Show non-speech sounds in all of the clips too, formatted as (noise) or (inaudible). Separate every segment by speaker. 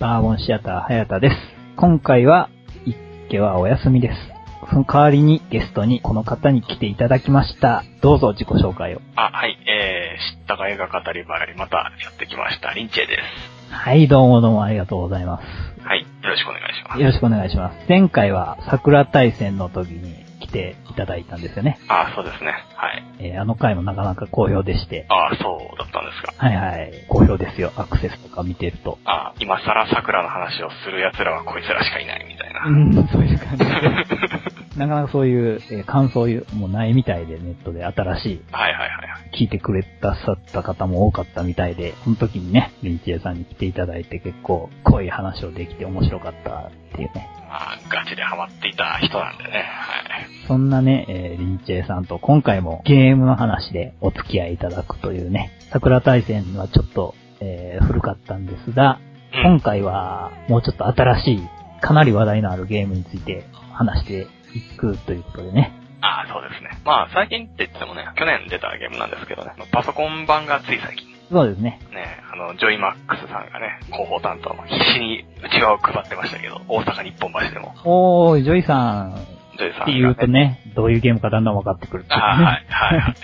Speaker 1: バーボンシアター早田です。今回は、一家はお休みです。その代わりにゲストにこの方に来ていただきました。どうぞ自己紹介を。
Speaker 2: あ、はい、えー、知ったか映画語り場よりまたやってきました、リンチェで
Speaker 1: はい、どうもどうもありがとうございます。
Speaker 2: す。はい、よろしくお願いします。
Speaker 1: よろしくお願いします。前回は桜大戦の時に来ていただいたんですよね。
Speaker 2: あ、そうですね。はい。
Speaker 1: えーあの回もなかなか好評でして。
Speaker 2: あ、そうだったんですか。
Speaker 1: はいはい、好評ですよ。アクセスとか見てると。
Speaker 2: あ、今更桜の話をする奴らはこいつらしかいないみたいな。
Speaker 1: うん、そういう感じで。 (laughs) なかなかそういう、えー感想もないみたいで、ネットで新しい
Speaker 2: (laughs) はいはいはいはい。
Speaker 1: 聞いてくれたさった方も多かったみたいで、その時にね、リンチエさんに来ていただいて結構濃い話をできて面白かったっていうね。
Speaker 2: まあ、ガチでハマっていた人なんでね。はい。
Speaker 1: そんなね、えーリンチエさんと今回もゲームの話でお付き合いいただくというね、桜大戦はちょっと、えー古かったんですが、
Speaker 2: う
Speaker 1: 今
Speaker 2: ん。
Speaker 1: 回はもうちょっと新しい、かなり話題のあるゲームについて話していくということでね。
Speaker 2: あ、そうですね。まあ、最近って言ってもね、去年出たゲームなんですけどね、まあパソコン版がつい最近。
Speaker 1: そうですね。
Speaker 2: ね、あの、ジョイマックスさんがね、広報担当の必死に内側を配ってましたけど、大阪日本橋でも。
Speaker 1: おー、ジョイさんっ
Speaker 2: ジョイさんが、
Speaker 1: て言うとね、どういうゲームかだんだん分かってくるっていうね
Speaker 2: あはい、はい、はい。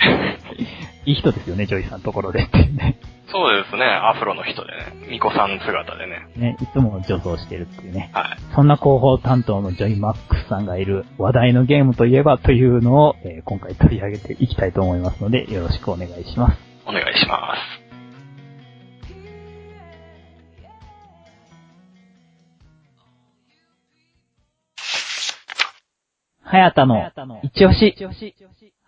Speaker 1: いい人ですよね、ジョイさんのところでっていうね。 (laughs)
Speaker 2: そうですね、アフロの人でね、巫女さん姿でね、
Speaker 1: ね、いつも女装してるっていうね。
Speaker 2: はい。
Speaker 1: そんな広報担当のジョイ・マックスさんがいる話題のゲームといえばというのを、えー今回取り上げていきたいと思いますので、よろしくお願いします。
Speaker 2: お願いします。
Speaker 1: 早田の一押し。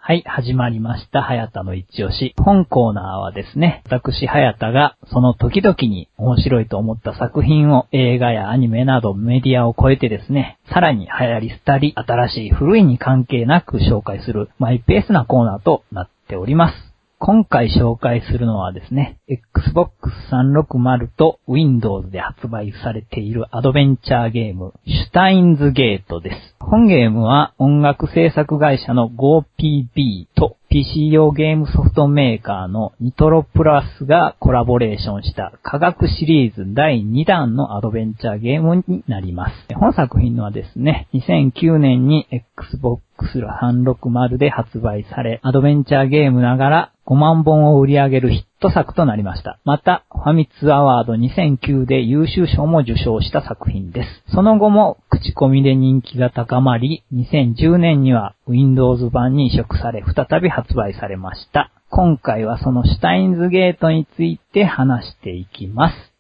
Speaker 1: はい、始まりました。早田の一押し。本コーナーはですね、私早田がその時々に面白いと思った作品を映画やアニメなどメディアを超えてですね、さらに流行り廃り、新しい古いに関係なく紹介するマイペースなコーナーとなっております。今回紹介するのはですね、Xbox 360と Windows で発売されているアドベンチャーゲーム、シュタインズゲートです。本ゲームは音楽制作会社の GoPB と PC 用ゲームソフトメーカーのニトロプラスがコラボレーションした科学シリーズ第2弾のアドベンチャーゲームになります。本作品はですね、2009年に Xbox X360 で発売され、アドベンチャーゲームながら5万本を売り上げるヒット作となりました。また、ファミツアワード2009で優秀賞も受賞した作品です。その後も口コミで人気が高まり、2010年には Windows 版に移植され、再び発売されました。今回はそのシュタインズゲートについて話していきます。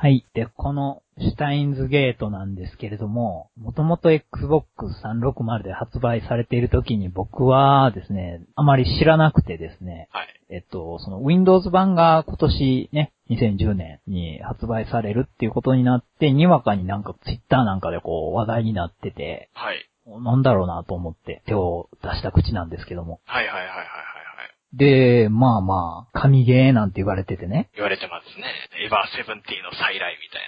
Speaker 1: はい。で、この、シュタインズゲートなんですけれども、もともと Xbox 360で発売されている時に僕はですね、あまり知らなくてですね、
Speaker 2: はい。
Speaker 1: えっと、その Windows 版が今年ね、2010年に発売されるっていうことになって、にわかになんか Twitter なんかでこう話題になってて、
Speaker 2: はい。
Speaker 1: なんだろうなと思って手を出した口なんですけども。
Speaker 2: はいはいはいはいはいはい。
Speaker 1: で、まあまあ、神ゲーなんて言われててね。
Speaker 2: 言われてますね。エヴァーセブンティーンの再来みたい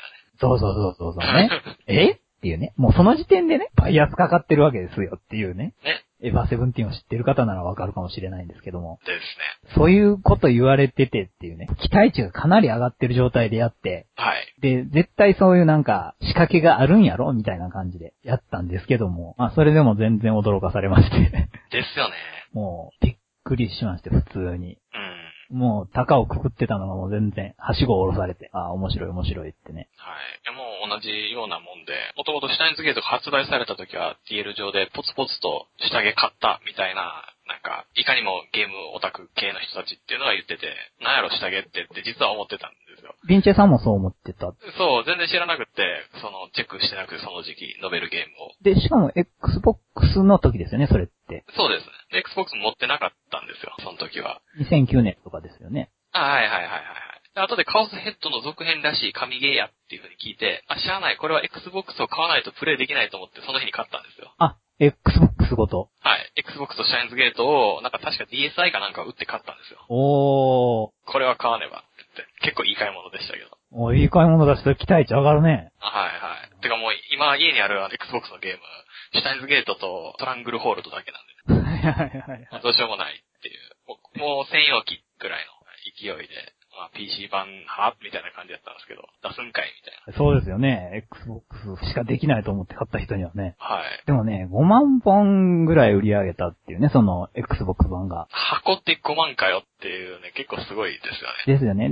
Speaker 1: そうそうそうそうそう
Speaker 2: な (laughs) ね
Speaker 1: ね。。えっていうね。もうその時点でね、バイアスかかってるわけですよっていうね。
Speaker 2: ね
Speaker 1: エヴァセブンティーンを知ってる方ならわかるかもしれないんですけども、
Speaker 2: ですね。
Speaker 1: そういうこと言われててっていうね、期待値がかなり上がってる状態でやって、
Speaker 2: はい。
Speaker 1: で、絶対そういうなんか仕掛けがあるんやろみたいな感じでやったんですけども、まあそれでも全然驚かされまして、 (laughs)
Speaker 2: ですよね。
Speaker 1: もうびっくりしまして普通に。
Speaker 2: うん。
Speaker 1: もう、高をくくってたのがもう全然、はしごを下ろされて、ああ、面白い面白いってね。
Speaker 2: はい。でもう同じようなもんで、もともとシュタインズゲートが発売された時は TL 上でポツポツと下着買ったみたいな、なんか、いかにもゲームオタク系の人たちっていうのが言ってて、なんやろ下着ってって実は思ってたんですよ。
Speaker 1: リンチェさんもそう思ってた
Speaker 2: そう、全然知らなくて、その、チェックしてなくてその時期、ノベルゲームを。
Speaker 1: で、しかも Xbox の時ですよね、それって。
Speaker 2: そうですね。で Xbox 持ってなかったんですよ、その時は。
Speaker 1: 2009年とかですよね。
Speaker 2: あはいはいはいはいはい。で後でカオスヘッドの続編らしい神ゲーやっていう風に聞いて、あ、知らない、これは Xbox を買わないとプレイできないと思ってその日に買ったんですよ。
Speaker 1: あ、Xbox ごと。
Speaker 2: はい。Xbox とシャインズゲートを、なんか確か DSi かなんか打って買ったんですよ。
Speaker 1: おー。
Speaker 2: これは買わねばって言って。結構いい買い物でしたけど。
Speaker 1: おいい買い物だし、それ期待値上がるね。
Speaker 2: あはいはい。てかもう今家にあるあの Xbox のゲーム、シュタインズゲートとトラングルホールドだけなんで、
Speaker 1: はいはいはいはい。
Speaker 2: どうしようもないっていう。もうもう専用機ぐらいの勢いで、まあ PC 版派みたいな感じだったんですけど、出すんかいみたいな。
Speaker 1: そうですよね。Xbox しかできないと思って買った人にはね。
Speaker 2: はい。
Speaker 1: でもね、5万本ぐらい売り上げたっていうね、その Xbox 版が。
Speaker 2: 箱って5万かよっていうね、結構すごいですよ
Speaker 1: で
Speaker 2: ね。
Speaker 1: すよね。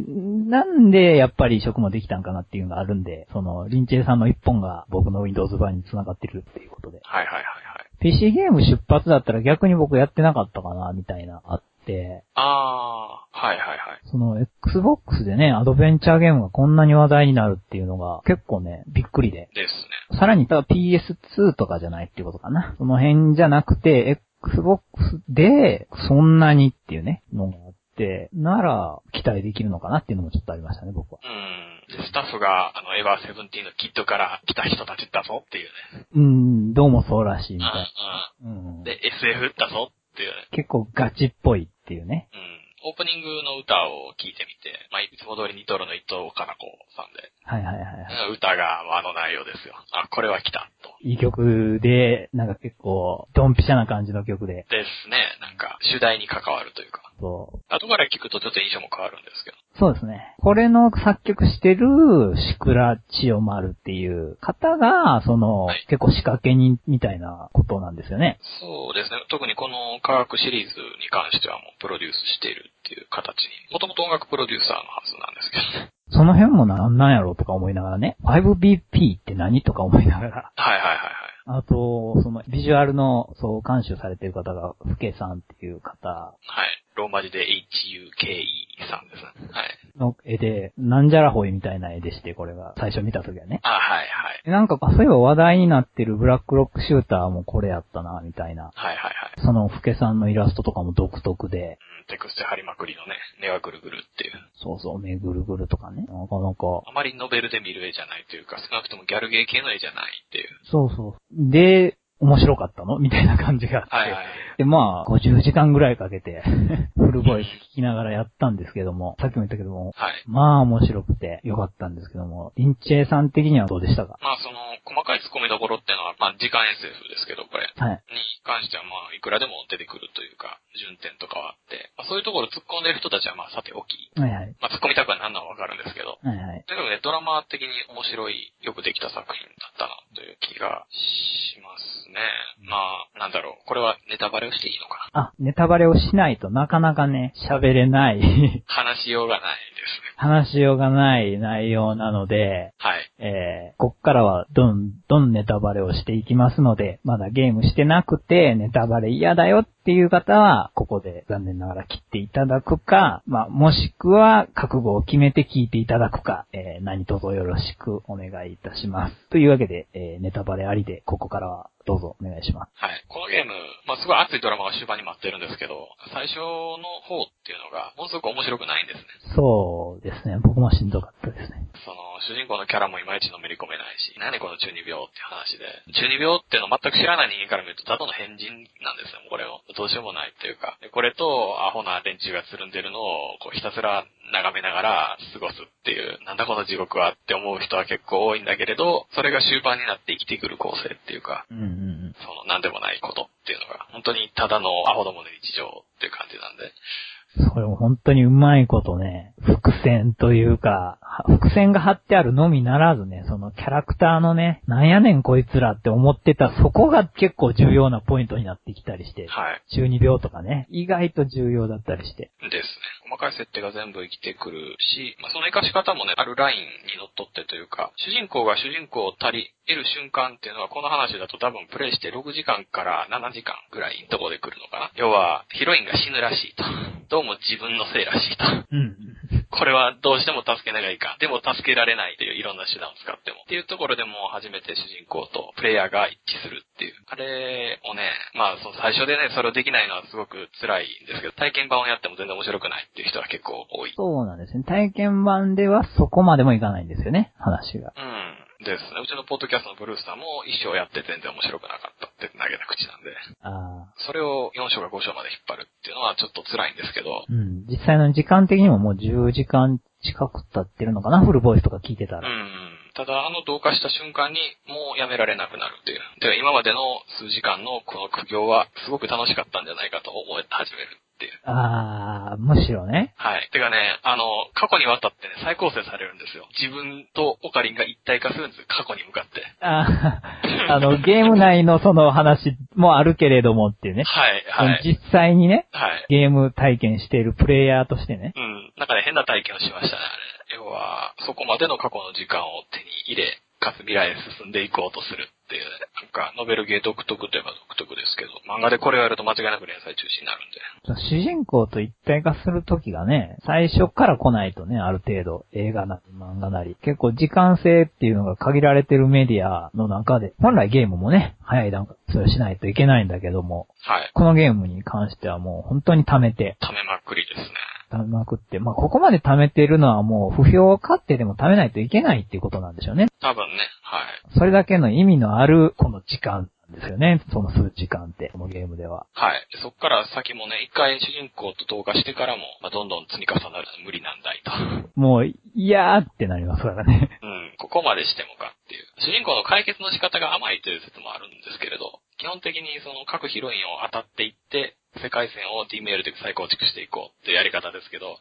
Speaker 1: なんで、やっぱり移植もできたんかなっていうのがあるんで、その、リンチェイさんの一本が僕の Windows 版に繋がってるっていうことで。
Speaker 2: はいはいはいはい。
Speaker 1: PC ゲーム出発だったら逆に僕やってなかったかな、みたいな、あって、
Speaker 2: あー、はいはいはい。
Speaker 1: その、Xbox でね、アドベンチャーゲームがこんなに話題になるっていうのが、結構ね、びっくりで。
Speaker 2: ですね。
Speaker 1: さらに、ただ PS2 とかじゃないっていうことかな。その辺じゃなくて、Xbox で、そんなにっていうね、のがあって、なら、期待できるのかなっていうのもちょっとありましたね、僕は。
Speaker 2: うん。でスタッフが、あの、エヴァーセブンティーンのキットから来た人たちだぞっていうね。
Speaker 1: うん、どうもそうらしいみ
Speaker 2: う
Speaker 1: たい。
Speaker 2: ん
Speaker 1: うん
Speaker 2: うん。、で、SF だぞっていうね。
Speaker 1: 結構ガチっぽいっていうね。
Speaker 2: うん。オープニングの歌を聴いてみて、まあ、いつも通りニトロの伊藤かな子さんで、
Speaker 1: はいはいはいはい。
Speaker 2: 歌がまああの内容ですよ。あ、これは来た、と。
Speaker 1: いい曲で、なんか結構、ドンピシャな感じの曲で、
Speaker 2: ですね。なんか、主題に関わるというか。
Speaker 1: そう。
Speaker 2: 後から聞くとちょっと印象も変わるんですけど。
Speaker 1: そうですね。これの作曲してる、シクラチオマルっていう方が、その、
Speaker 2: はい
Speaker 1: 結構仕掛け人みたいなことなんですよね。
Speaker 2: そうですね。特にこの科学シリーズに関してはもうプロデュースしているっていう形に。もともと音楽プロデューサーのはずなんですけどね。
Speaker 1: その辺もなんなんやろうとか思いながらね、5BP って何とか思いながら。
Speaker 2: はいはいはいはい。
Speaker 1: あと、その、ビジュアルの、そう、監修されてる方が、フケさんっていう方
Speaker 2: はい。ローマ字で HUKE さんですね。はい。
Speaker 1: の絵で、なんじゃらほいみたいな絵でして、これが、最初見た時はね。
Speaker 2: あ、はいはい。
Speaker 1: でなんか、あそういえば話題になってるブラックロックシューターもこれやったな、みたいな。
Speaker 2: はいはいはい。
Speaker 1: その、フケさんのイラストとかも独特で、
Speaker 2: うん、テクスチャー張りまくりのね、根はぐるぐるっていう。
Speaker 1: そうそう、めぐるぐるとかね。なかなか。
Speaker 2: あまりノベルで見る絵じゃないというか、少なくともギャルゲー系の絵じゃないっていう。
Speaker 1: そうそう。で、面白かったのみたいな感じがあって。
Speaker 2: はいはい。
Speaker 1: で、まあ、50時間ぐらいかけて、 (laughs) フルボイス聞きながらやったんですけども、さっきも言ったけども、
Speaker 2: はい。
Speaker 1: まあ面白くて良かったんですけども、リンチェさん的にはどうでしたか
Speaker 2: まあその、細かいツッコミどころっていうのは、まあ時間 SF ですけど、これ。
Speaker 1: はい。
Speaker 2: に関してはまあ、いくらでも出てくるというか、順点とかはあって、まあ、そういうところ突っ込んでる人たちはまあ、さておき、
Speaker 1: はいはい。
Speaker 2: まあ、突っ込みたくはなんのはわかるんですけ
Speaker 1: は
Speaker 2: ど、
Speaker 1: いはい。
Speaker 2: とにかくね、ドラマ的に面白い、よくできた作品だったな、という気がしますね。まあ、なんだろう、これはネタバレをしていいのかな
Speaker 1: あ、ネタバレをしないとなかなかね、喋れない、
Speaker 2: 話しようがないですね。
Speaker 1: 話しようがない内容なので、
Speaker 2: はい。
Speaker 1: えー、こっからはどんどんネタバレをしていきますので、まだゲームしてなくてネタバレ嫌だよっていう方は、ここで残念ながら切っていただくか、まあ、もしくは覚悟を決めて聞いていただくか、えー、何卒よろしくお願いいたします。というわけで、えー、ネタバレありで、ここからはどうぞお願いします。
Speaker 2: はい。このゲーム、まあ、すごい熱いドラマが終盤に待ってるんですけど、最初の方っていうのが、ものすごく面白くないんですね。
Speaker 1: そうですね。僕もしんどかったですね。
Speaker 2: その、主人公のキャラもいまいちのめり込めないし、何この中二病って話で。中二病っていうのを全く知らない人間から見ると、ただの変人なんですよ、これを。どうしようもないっていうか。でこれと、アホな連中がつるんでるのを、こう、ひたすら眺めながら過ごすっていう、なんだこの地獄はって思う人は結構多いんだけれど、それが終盤になって生きてくる構成っていうか、
Speaker 1: うんうんうん。
Speaker 2: その、なんでもないことっていうのが、本当にただのアホどもの日常っていう感じなんで。
Speaker 1: それも本当にうまいことね、伏線というか、は伏線が張ってあるのみならずね、そのキャラクターのね、なんやねんこいつらって思ってた、そこが結構重要なポイントになってきたりして、
Speaker 2: はい。
Speaker 1: 中二病とかね、意外と重要だったりして。
Speaker 2: ですね。細かい設定が全部生きてくるし、まあ、その活かし方もね、あるラインにのっとってというか、主人公が主人公を足り得る瞬間っていうのは、この話だと多分プレイして6時間から7時間ぐらいのところで来るのかな。要は、ヒロインが死ぬらしいと。どうも自分のせいらしいと。
Speaker 1: うん。
Speaker 2: これはどうしても助けなきゃいかん。でも助けられないといういろんな手段を使っても。っていうところでもう初めて主人公とプレイヤーが一致するっていう。あれをね、まあその最初でね、それをできないのはすごく辛いんですけど、体験版をやっても全然面白くないっていう人は結構多い。
Speaker 1: そうなんですね。体験版ではそこまでもいかないんですよね、話が。
Speaker 2: うん。ですね。うちのポッドキャストのブルースさんも一章やって全然面白くなかったって投げた口なんで、
Speaker 1: あ
Speaker 2: それを4章か5章まで引っ張るっていうのはちょっと辛いんですけど
Speaker 1: ー、うん。実際の時間的にももう10時間近く経ってるのかな、フルボイスとか聞いてた
Speaker 2: う
Speaker 1: ら。
Speaker 2: ん。ただ、あの同化した瞬間にもうやめられなくなるっていう。で、今までの数時間のこの苦行はすごく楽しかったんじゃないかと思い始めるっていう。
Speaker 1: あー、むしろね。
Speaker 2: はい。てかね、あの、過去にわたってね、再構成されるんですよ。自分とオカリンが一体化するんですよ過去に向かって。
Speaker 1: あ (laughs) ーあの、ゲーム内のその話もあるけれどもっていうね。
Speaker 2: はい、はい。
Speaker 1: 実際にね、
Speaker 2: はい。
Speaker 1: ゲーム体験しているプレイヤーとしてね。
Speaker 2: うん。なんかね、変な体験をしましたね、あれ。要は、そこまでの過去の時間を手に入れ、かつ未来へ進んでいこうとするっていうね、なんか、ノベルゲー独特といえば独特ですけど、漫画でこれをやると間違いなく連載中止になるんで。
Speaker 1: 主人公と一体化するときがね、最初から来ないとね、ある程度、映画なり漫画なり、結構時間制っていうのが限られてるメディアの中で、本来ゲームもね、早い段階、それをしないといけないんだけども、
Speaker 2: はい。
Speaker 1: このゲームに関してはもう本当に貯めて、
Speaker 2: ためまっくりですね。
Speaker 1: 貯めまくって、まあ、ここまで貯めてるのはもう不評を買ってでも貯めないといけないっていうことなんでしょうね。
Speaker 2: 多分ね、はい。
Speaker 1: それだけの意味のある、この時間ですよね。その数時間って、このゲームでは。
Speaker 2: はい。でそっから先もね、一回主人公と同化してからも、まあ、どんどん積み重なるの無理なんだいと。
Speaker 1: もう、いやーってなりますからね。
Speaker 2: うん、ここまでしてもかっていう。主人公の解決の仕方が甘いという説もあるんですけれど、基本的にその各ヒロインを当たっていって、世界線を D メールで再構築していこうっていうやり方ですけど、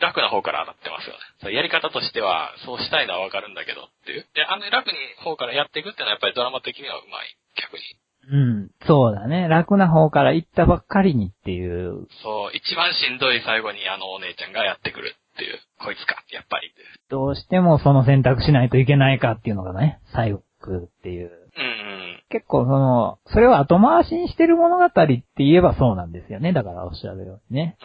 Speaker 2: 楽な方から当たってますよね。それやり方としては、そうしたいのはわかるんだけどっていう。で、あの楽に方からやっていくってのはやっぱりドラマ的にはうまい。逆に。
Speaker 1: うん。そうだね。楽な方から行ったばっかりにっていう。
Speaker 2: そう、一番しんどい最後にあのお姉ちゃんがやってくるっていう。こいつか、やっぱりっていう。
Speaker 1: どうしてもその選択しないといけないかっていうのがね、最後っていう。
Speaker 2: うんうん。
Speaker 1: 結構その、それを後回しにしてる物語って言えばそうなんですよね。だからおっしゃるようにね。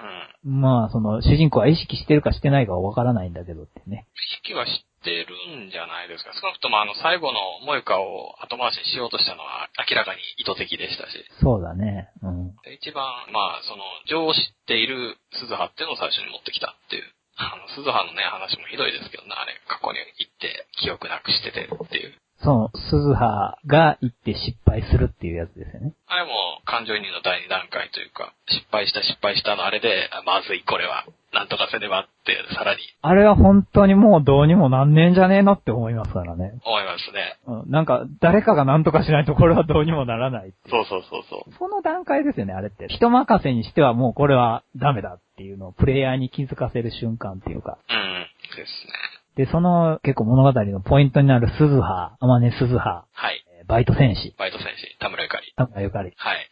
Speaker 2: うん。
Speaker 1: まあ、その、主人公は意識してるかしてないかはわからないんだけどってね。
Speaker 2: 意識はしてるんじゃないですか。少なくともあの最後のモエカを後回しにしようとしたのは明らかに意図的でしたし。
Speaker 1: そうだね。うん。
Speaker 2: で一番、まあ、その、情を知っている鈴葉っていうのを最初に持ってきたっていう。あの、鈴葉のね、話もひどいですけどね、あれ、過去に行って、記憶なくしててっていう。
Speaker 1: その、鈴葉が行って失敗するっていうやつですよね。
Speaker 2: あれも、感情移入の第二段階というか、失敗した失敗したのあれで、あまずいこれは、なんとかせねばって、さらに
Speaker 1: あれは本当にもうどうにもなんねえんじゃねえのって思いますからね。
Speaker 2: 思いますね。
Speaker 1: うん、なんか、誰かが何とかしないとこれはどうにもならないっていう。
Speaker 2: そうそうそうそう。
Speaker 1: その段階ですよね、あれって。人任せにしてはもうこれはダメだっていうのをプレイヤーに気づかせる瞬間っていうか。
Speaker 2: うん、ですね。
Speaker 1: で、その結構物語のポイントになる鈴葉、天音鈴葉、
Speaker 2: はい。
Speaker 1: えーバイト戦士、
Speaker 2: バイト戦士、田村ゆかり。
Speaker 1: 田村ゆかり。
Speaker 2: はい。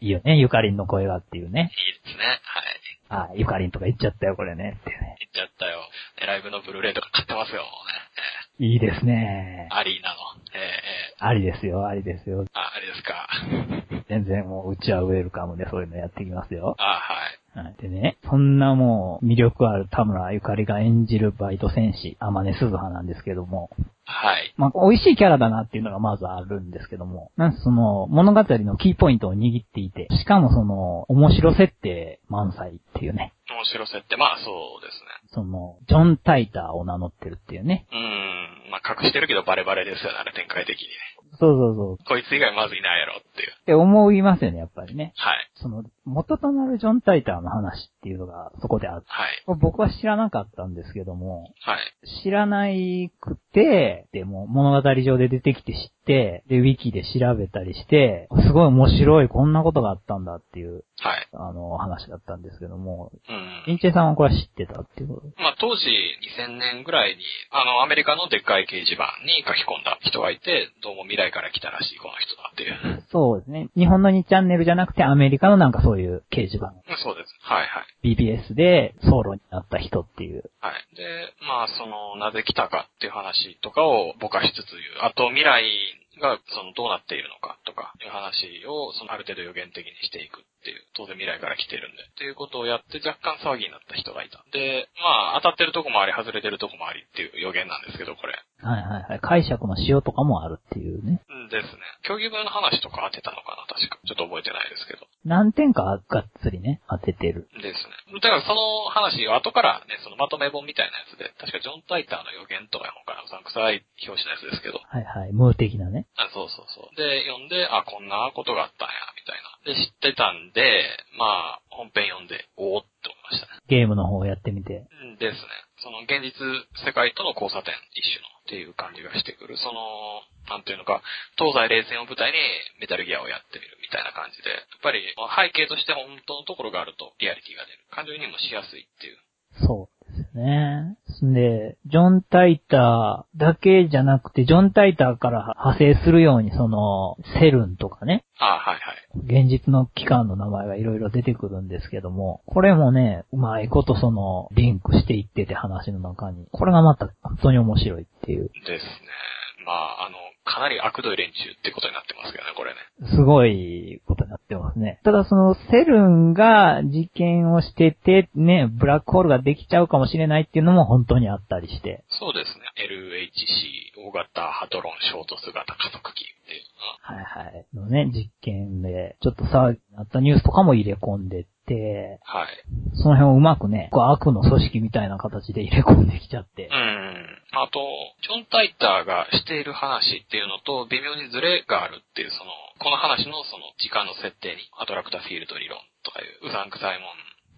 Speaker 1: いいよね、ゆかりんの声がっていうね。
Speaker 2: いいですね。はい。
Speaker 1: あー、ゆかりんとか言っちゃったよ、これね。っていうね。
Speaker 2: 行っちゃったよ。ねライブのブルーレイとか買ってますよ、もうね。
Speaker 1: いいですね
Speaker 2: えー。アリーナの。えーえ
Speaker 1: ありですよ、ありですよ。
Speaker 2: ーあ、あれですか。 (laughs)
Speaker 1: 全然もう、うちはウェルカムでそういうのやっていきますよ。
Speaker 2: あ、はい。
Speaker 1: はいでね、そんなもう、魅力ある田村ゆかりが演じるバイト戦士、天音鈴葉なんですけども、
Speaker 2: はい。
Speaker 1: まあ、美味しいキャラだなっていうのがまずあるんですけども、なんせその、物語のキーポイントを握っていて、しかもその、面白設定満載っていうね、
Speaker 2: 面白設定。まあ、そうです
Speaker 1: その、ジョン・タイターを名乗ってるっていうね。
Speaker 2: ね。うーん。まあ、隠してるけどバレバレですよね、あれ展開的にね。
Speaker 1: そうそうそう。
Speaker 2: こいつ以外まずいないやろっていう。
Speaker 1: って思いますよね、やっぱりね。
Speaker 2: はい。
Speaker 1: その、元となるジョン・タイターの話っていうのが、そこであって、
Speaker 2: はい。
Speaker 1: これ僕は知らなかったんですけども、
Speaker 2: はい。
Speaker 1: 知らないくて、でも物語上で出てきて知って、で、ウィキで調べたりして、すごい面白い、こんなことがあったんだっていう、
Speaker 2: はい。
Speaker 1: あの、話だったんですけども、
Speaker 2: うん
Speaker 1: イ。ンチェさんはこれは知ってたっていうこと
Speaker 2: まあ、当時2000年ぐらいに、あの、アメリカのでっかい掲示板に書き込んだ人がいて、どうも未来から来たらしいこの人だっていう。
Speaker 1: そうですね。日本の2チャンネルじゃなくてアメリカのなんかそういう掲示板。
Speaker 2: そうです。はいはい。
Speaker 1: BBS でソロになった人っていう。
Speaker 2: はい。で、まあ、その、なぜ来たかっていう話とかをぼかしつつ言う。あと、未来が、その、どうなっているのかとか、いう話を、その、ある程度予言的にしていくっていう。当然未来から来てるんで。っていうことをやって、若干騒ぎになった人がいた。で、まあ、当たってるとこもあり、外れてるとこもありっていう予言なんですけど、これ。
Speaker 1: はいはいはい。解釈の仕様とかもあるっていうね。
Speaker 2: うんですね。競技部の話とか当てたのかな、確か。ちょっと覚えてないですけど。
Speaker 1: 何点かがっつりね、当ててる。
Speaker 2: ですね。だからその話を後からね、そのまとめ本みたいなやつで、確かジョン・タイターの予言とかの方からうさんくさい表紙のやつですけど、
Speaker 1: はいはい。無的なね。
Speaker 2: あそうそうそう。で、読んで、あ、こんなことがあったんや、みたいな。で、知ってたんで、まあ、本編読んで、おおって思いましたね。
Speaker 1: ゲームの方をやってみて。
Speaker 2: うんですね。その現実世界との交差点、一種の。っていう感じがしてくる。その、なんていうのか、東西冷戦を舞台にメタルギアをやってみるみたいな感じで、やっぱり背景として本当のところがあるとリアリティが出る。感情にもしやすいっていう。
Speaker 1: そうですね。で、ジョン・タイターだけじゃなくて、ジョン・タイターから派生するように、その、セルンとかね、
Speaker 2: ああ、はいはい。
Speaker 1: 現実の機関の名前がいろいろ出てくるんですけども、これもね、うまいことその、リンクしていってて話の中に、これがまた本当に面白いっていう、
Speaker 2: ですね。まあ、あの、かなり悪どい連中ってことになってますけどね、これね。
Speaker 1: すごいことになってますね。ただその、セルンが事件をしてて、ね、ブラックホールができちゃうかもしれないっていうのも本当にあったりして、
Speaker 2: そうですね。LHC、大型ハトロン衝突型加速器っていう。
Speaker 1: はいはい。のね、実験で、ちょっと騒ぎになったニュースとかも入れ込んでって、
Speaker 2: うんはい。
Speaker 1: その辺をうまくね、こう悪の組織みたいな形で入れ込んできちゃって
Speaker 2: う。ん。あと、ジョン・タイターがしている話っていうのと、微妙にズレがあるっていう、その、この話のその時間の設定に、アトラクタフィールド理論とかいう、うさんくさいもん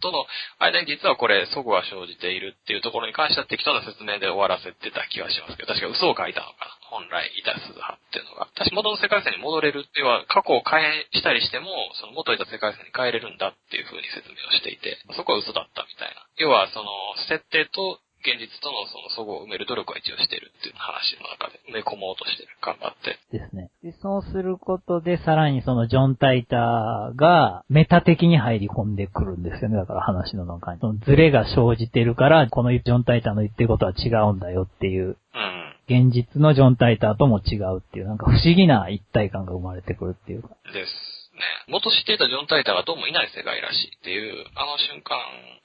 Speaker 2: との間に実はこれ、齟齬が生じているっていうところに関しては適当な説明で終わらせてた気はしますけど、確か嘘を書いたのかな。本来いた鈴葉っていうのが。私元の世界線に戻れるっていうのは、過去を変えしたりしても、その元いた世界線に変えれるんだっていう風に説明をしていて、そこは嘘だったみたいな。要は、その、設定と現実とのその齟齬を埋める努力は一応してるっていう話の中で、埋め込もうとしてる。頑張って。
Speaker 1: ですね。で、そうすることで、さらにそのジョン・タイターが、メタ的に入り込んでくるんですよね。だから話の中に。そのズレが生じてるから、このジョン・タイターの言ってることは違うんだよっていう、
Speaker 2: うん。
Speaker 1: 現実のジョン・タイターとも違うっていう、なんか不思議な一体感が生まれてくるっていうか。
Speaker 2: ですね。元知っていたジョン・タイターがどうもいない世界らしいっていう、あの瞬間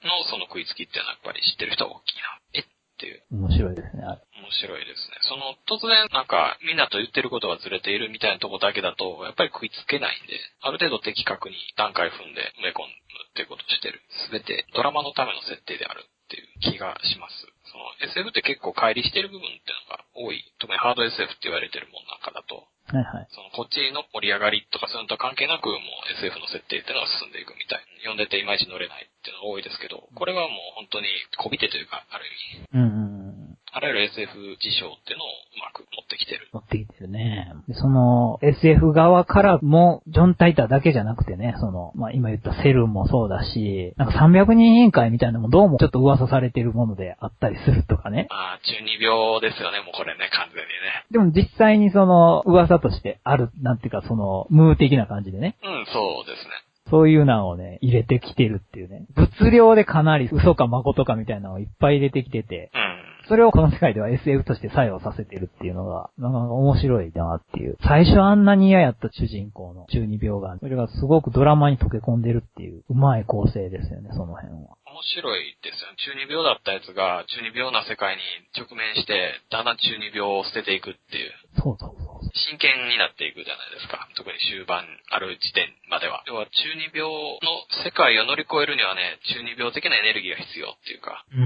Speaker 2: のその食いつきっていうのはやっぱり知ってる人は大きいな。えっていう。
Speaker 1: 面白いですね、あれ。
Speaker 2: 面白いですね。その、突然なんか、みんなと言ってることがずれているみたいなとこだけだと、やっぱり食いつけないんで、ある程度的確に段階踏んで埋め込むっていうことをしてる。すべてドラマのための設定であるっていう気がします。その SF って結構乖離してる部分っていうのが多い。特にハード SF って言われてるもんなんかだと、
Speaker 1: はいはい。
Speaker 2: そのこっちの盛り上がりとかそういうのと関係なく、もう SF の設定っていうのが進んでいくみたい。読んでていまいち乗れないっていうのが多いですけど、これはもう本当にこびてというか、ある
Speaker 1: う
Speaker 2: 意味、
Speaker 1: んうんうん。
Speaker 2: あらゆる SF 事象っていうのをうまく持ってきてる。
Speaker 1: 持ってきてるね。でその SF 側からも、ジョン・タイターだけじゃなくてね、その、まあ、今言ったセルもそうだし、なんか300人委員会みたいなのもどうもちょっと噂されてるものであったりするとかね。
Speaker 2: ああ、中二病ですよね、もうこれね、完全にね。
Speaker 1: でも実際にその噂としてある、なんていうかその、ムー的な感じでね。
Speaker 2: うん、そうですね。
Speaker 1: そういうのをね、入れてきてるっていうね。物量でかなり嘘か誠かみたいなのをいっぱい入れてきてて、
Speaker 2: うん。
Speaker 1: それをこの世界では SF として作用させてるっていうのが、なかなか面白いなっていう。最初あんなに嫌やった主人公の中二病が、それがすごくドラマに溶け込んでるっていう、うまい構成ですよね、その辺は。
Speaker 2: 面白いですよね。中二病だったやつが、中二病な世界に直面して、だんだん中二病を捨てていくっていう。
Speaker 1: そうそうそうそう。
Speaker 2: 真剣になっていくじゃないですか。特に終盤ある時点までは。要は中二病の世界を乗り越えるにはね、中二病的なエネルギーが必要っていうか、
Speaker 1: うん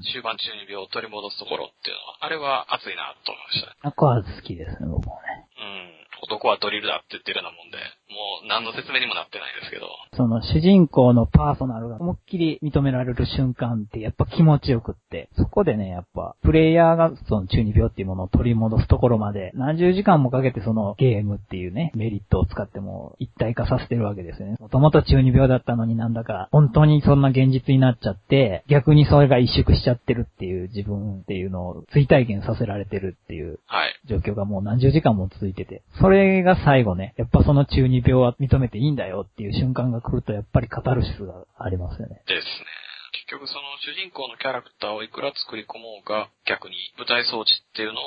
Speaker 1: うんうん。
Speaker 2: 終盤中二病を取り戻すところっていうのは、あれは熱いなと思いましたね。
Speaker 1: あこは好きですね、僕もね。
Speaker 2: うん。男はドリルだって言ってるようなもんで、もう何の説明にもなってないですけど。
Speaker 1: その主人公のパーソナルが思いっきり認められる瞬間ってやっぱ気持ちよくって、そこでね、やっぱ、プレイヤーがその中二病っていうものを取り戻すところまで、何十時間もかけてそのゲームっていうね、メリットを使っても一体化させてるわけですよね。もともと中二病だったのになんだか、本当にそんな現実になっちゃって、逆にそれが萎縮しちゃってるっていう自分っていうのを追体験させられてるっていう
Speaker 2: はい。
Speaker 1: 状況がもう何十時間も続いてて、それが最後ね、やっぱその中二病は認めていいんだよっていう瞬間が来ると、やっぱりカタルシスがありますよね。
Speaker 2: ですね。結局その主人公のキャラクターをいくら作り込もうが、逆に舞台装置っていうのを、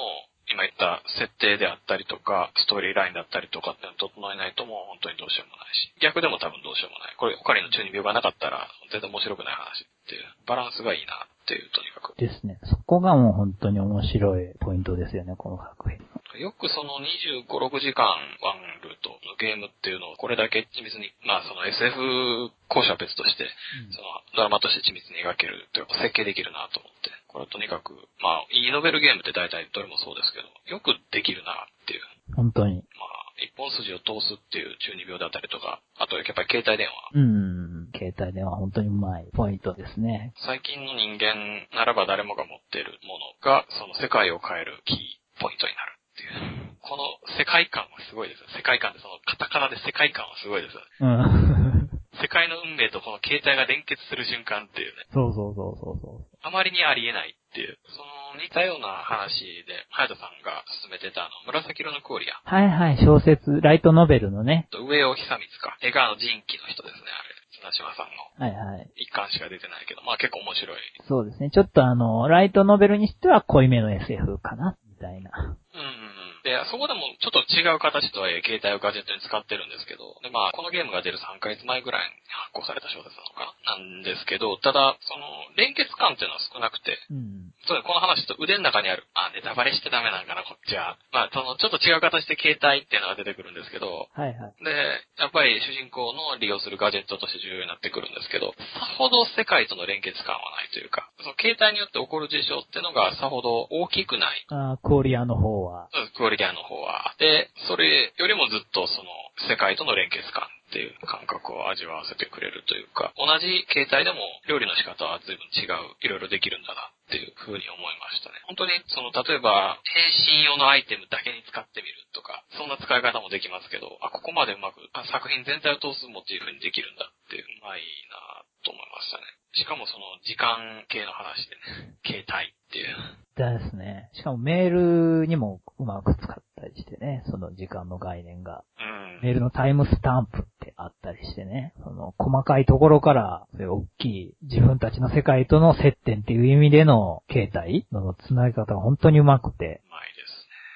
Speaker 2: 今言った設定であったりとか、ストーリーラインだったりとかっていうのを整えないともう本当にどうしようもないし、逆でも多分どうしようもない。これ、オカリンの中二病がなかったら、全然面白くない話っていう、バランスがいいなっていう、とにかく。
Speaker 1: ですね。そこがもう本当に面白いポイントですよね、この作品。
Speaker 2: よくその25、6時間ワンルートのゲームっていうのをこれだけ緻密に、まあその SF 講師は別として、そのドラマとして緻密に描けるというか設計できるなと思って、これはとにかく、まあ、いいノベルゲームって大体どれもそうですけど、よくできるなっていう、
Speaker 1: 本当に。
Speaker 2: まあ、一本筋を通すっていう中二病だったりとか、あとやっぱり携帯電話、
Speaker 1: うん。携携帯電話本当にうまいポイントですね。
Speaker 2: 最近の人間ならば誰もが持っているものが、その世界を変えるキーポイントになるっていう。この世界観はすごいですよ。世界観ってそのカタカナで世界観はすごいですよ。
Speaker 1: うん。
Speaker 2: 世界の運命とこの携帯が連結する瞬間っていうね。
Speaker 1: (laughs) そうそうそうそうそ
Speaker 2: あまりにありえないっていう。その似たような話で、隼人さんが進めてたあの、紫色のクオリア。
Speaker 1: う。はいはい、小説、ライトノベルのね。
Speaker 2: 上尾久光か。江川の人気の人ですね、あれ。綱島さんの。
Speaker 1: はいはい。
Speaker 2: 一巻しか出てないけど、まあ結構面白い。
Speaker 1: そうですね。ちょっとあの、ライトノベルにしては濃いめの SF かな、みたいな。
Speaker 2: うんうんうん。で、そこでもちょっと違う形とはいえ、携帯をガジェットに使ってるんですけど、で、まあ、このゲームが出る3ヶ月前ぐらいに発行された小説なのかななんですけど、ただ、その、連結感っていうのは少なくて、
Speaker 1: うん。
Speaker 2: そうねこの話ちょっと腕の中にある。あ、ネタバレしてダメなんかな、こっちは。まあ、その、ちょっと違う形で携帯っていうのが出てくるんですけど、
Speaker 1: はいはい。
Speaker 2: で、やっぱり主人公の利用するガジェットとして重要になってくるんですけど、さほど世界との連結感はないというか、その携帯によって起こる事象っていうのがさほど大きくない。
Speaker 1: あークオリアの方は。
Speaker 2: うんクオリティの方は。で、それよりもずっとその世界との連結感っていう感覚を味わわせてくれるというか、同じ携帯でも料理の仕方は随分違う、いろいろできるんだなっていう風に思いましたね。本当にその例えば変身用のアイテムだけに使ってみるとか、そんな使い方もできますけど、あ、ここまでうまくあ作品全体を通すモチーフにできるんだっていう、うまいなと思いましたね。しかもその時間系の話でね、携帯っていう。
Speaker 1: ですね。しかもメールにもうまく使ったりしてね、その時間の概念が。
Speaker 2: うん。
Speaker 1: メールのタイムスタンプってあったりしてね、その細かいところから、そういう大きい自分たちの世界との接点っていう意味での携帯の繋ぎ方が本当にうまくて、
Speaker 2: うまいですね。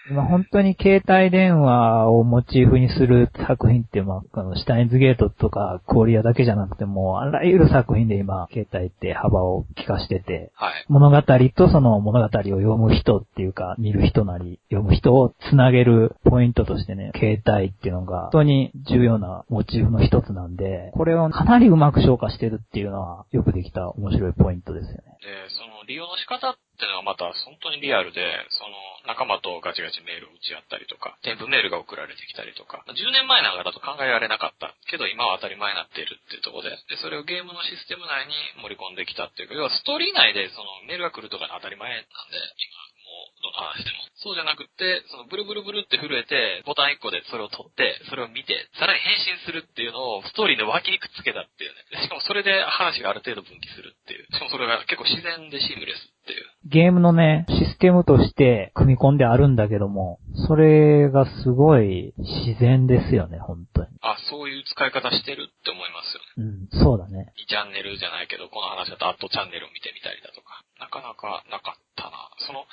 Speaker 1: 今本当に携帯電話をモチーフにする作品って、まあ、あの、シュタインズゲートとかクオリアだけじゃなくても、あらゆる作品で今、携帯って幅を利かしてて、
Speaker 2: はい。
Speaker 1: 物語とその物語を読む人っていうか、見る人なり、読む人をつなげるポイントとしてね、携帯っていうのが本当に重要なモチーフの一つなんで、これをかなりうまく消化してるっていうのは、よくできた面白いポイントですよね。
Speaker 2: で、その利用の仕方ってのがまた本当にリアルで、その仲間とガチガチメールを打ち合ったりとか、添付メールが送られてきたりとか、10年前なんかだと考えられなかったけど今は当たり前になっているっていうところで、で、それをゲームのシステム内に盛り込んできたっていうか、要はストーリー内でそのメールが来るとかの当たり前なんで、今もうどの話でも。そうじゃなくって、そのブルブルブルって震えて、ボタン1個でそれを取って、それを見て、さらに変身するっていうのをストーリーの脇にくっつけたっていうね。でしかもそれで話がある程度分岐するっていう。しかもそれが結構自然でシームレスっていう。
Speaker 1: ゲームのね、システムとして組み込んであるんだけども、それがすごい自然ですよね、本当に。
Speaker 2: あ、そういう使い方してるって思いますよね。
Speaker 1: うん、そうだね。
Speaker 2: 2チャンネルじゃないけど、この話だとアットチャンネルを見てみたりだとか、なかなかなかったな。その、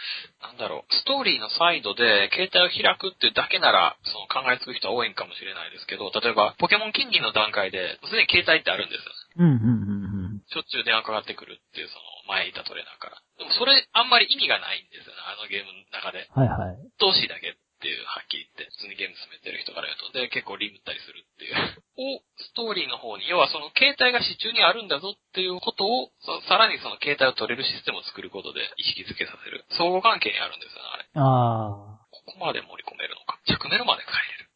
Speaker 2: なんだろう、ストーリーのサイドで携帯を開くっていうだけなら、その考えつく人は多いんかもしれないですけど、例えば、ポケモン金銀の段階で、すでに携帯ってあるんですよね。
Speaker 1: うん、うん、うん、
Speaker 2: しょっちゅう電話かかってくるっていう、その、前いたトレーナーから。でもそれ、あんまり意味がないんですよね、あのゲームの中で。
Speaker 1: うん。はいはい。
Speaker 2: どうしいだけっていう、はっきり言って、普通にゲーム進めてる人から言うと、で、結構リムったりするって (laughs) いう。を、ストーリーの方に、要はその携帯が支柱にあるんだぞっていうことを、そさらにその携帯を取れるシステムを作ることで意識づけさせる。相互関係にあるんですよね、あれ。
Speaker 1: あ
Speaker 2: ここまで盛り込めるのか。着メロまで変えれる。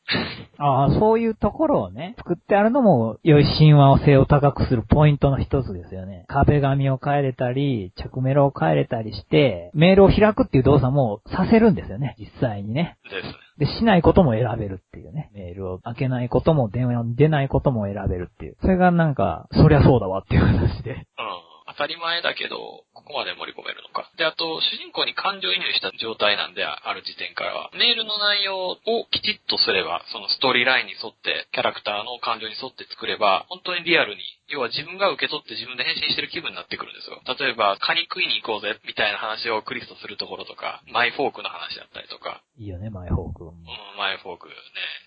Speaker 1: あ。ああ、そういうところをね、作ってあるのも、良い神話性を高くするポイントの一つですよね。壁紙を変えれたり、着メロを変えれたりして、メールを開くっていう動作もさせるんですよね、実際にね。
Speaker 2: ですね。
Speaker 1: で、しないことも選べるっていうね。メールを開けないことも、電話に出ないことも選べるっていう。それがなんか、そりゃそうだわっていう話で。
Speaker 2: うん。当たり前だけど、ここまで盛り込めるのか。で、あと、主人公に感情移入した状態なんで、あある時点からは。メールの内容をきちっとすれば、そのストーリーラインに沿って、キャラクターの感情に沿って作れば、本当にリアルに、要は自分が受け取って自分で変身してる気分になってくるんですよ。例えば、カニ食いに行こうぜ、みたいな話をクリスとするところとか、マイフォークの話だったりとか、
Speaker 1: いいよね、マイホークも。
Speaker 2: うん、マイフォークね。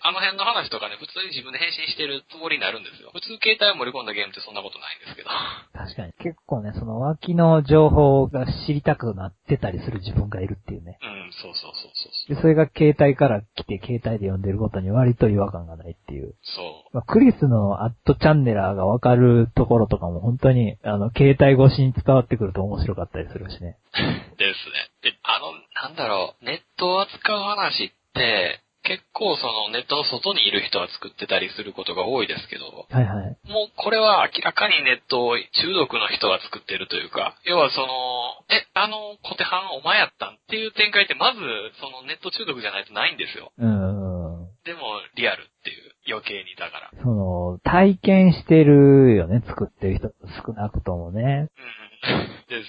Speaker 2: あの辺の話とかね、普通に自分で変身してるつもりになるんですよ。普通携帯を盛り込んだゲームってそんなことないんですけど。 (laughs)
Speaker 1: 確かに。結構ね、その脇の情報が知りたくなってたりする自分がいるっていうね。
Speaker 2: うん、そうそうそうそうそう。
Speaker 1: で、それが携帯から来て、携帯で読んでることに割と違和感がないっていう。
Speaker 2: そう。
Speaker 1: まあ、クリスのアットチャンネラーがわかるところとかも本当に、あの、携帯越しに伝わってくると面白かったりするしね。
Speaker 2: ですね。で、あの、なんだろう、ネットを扱う話って、結構そのネットの外にいる人は作ってたりすることが多いですけど、
Speaker 1: はいはい。
Speaker 2: もうこれは明らかにネットを中毒の人が作ってるというか、要はその、え、あの小手半お前やったんっていう展開ってまずそのネット中毒じゃないとないんですよ。
Speaker 1: うーん。
Speaker 2: でもリアルっていう余計にだから。
Speaker 1: その、体験してるよね、作ってる人少なくともね。
Speaker 2: うん。 (laughs) ですよね。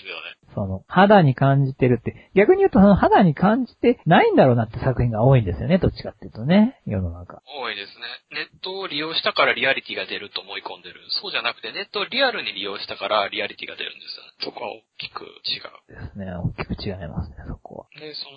Speaker 1: その、肌に感じてるって、逆に言うとその肌に感じてないんだろうなって作品が多いんですよね、どっちかっていうとね、世の中。
Speaker 2: 多いですね。ネットを利用したからリアリティが出ると思い込んでる。そうじゃなくてネットをリアルに利用したからリアリティが出るんですよね。そこは大きく違う。
Speaker 1: ですね、大きく違いますね、そこは。
Speaker 2: で、その、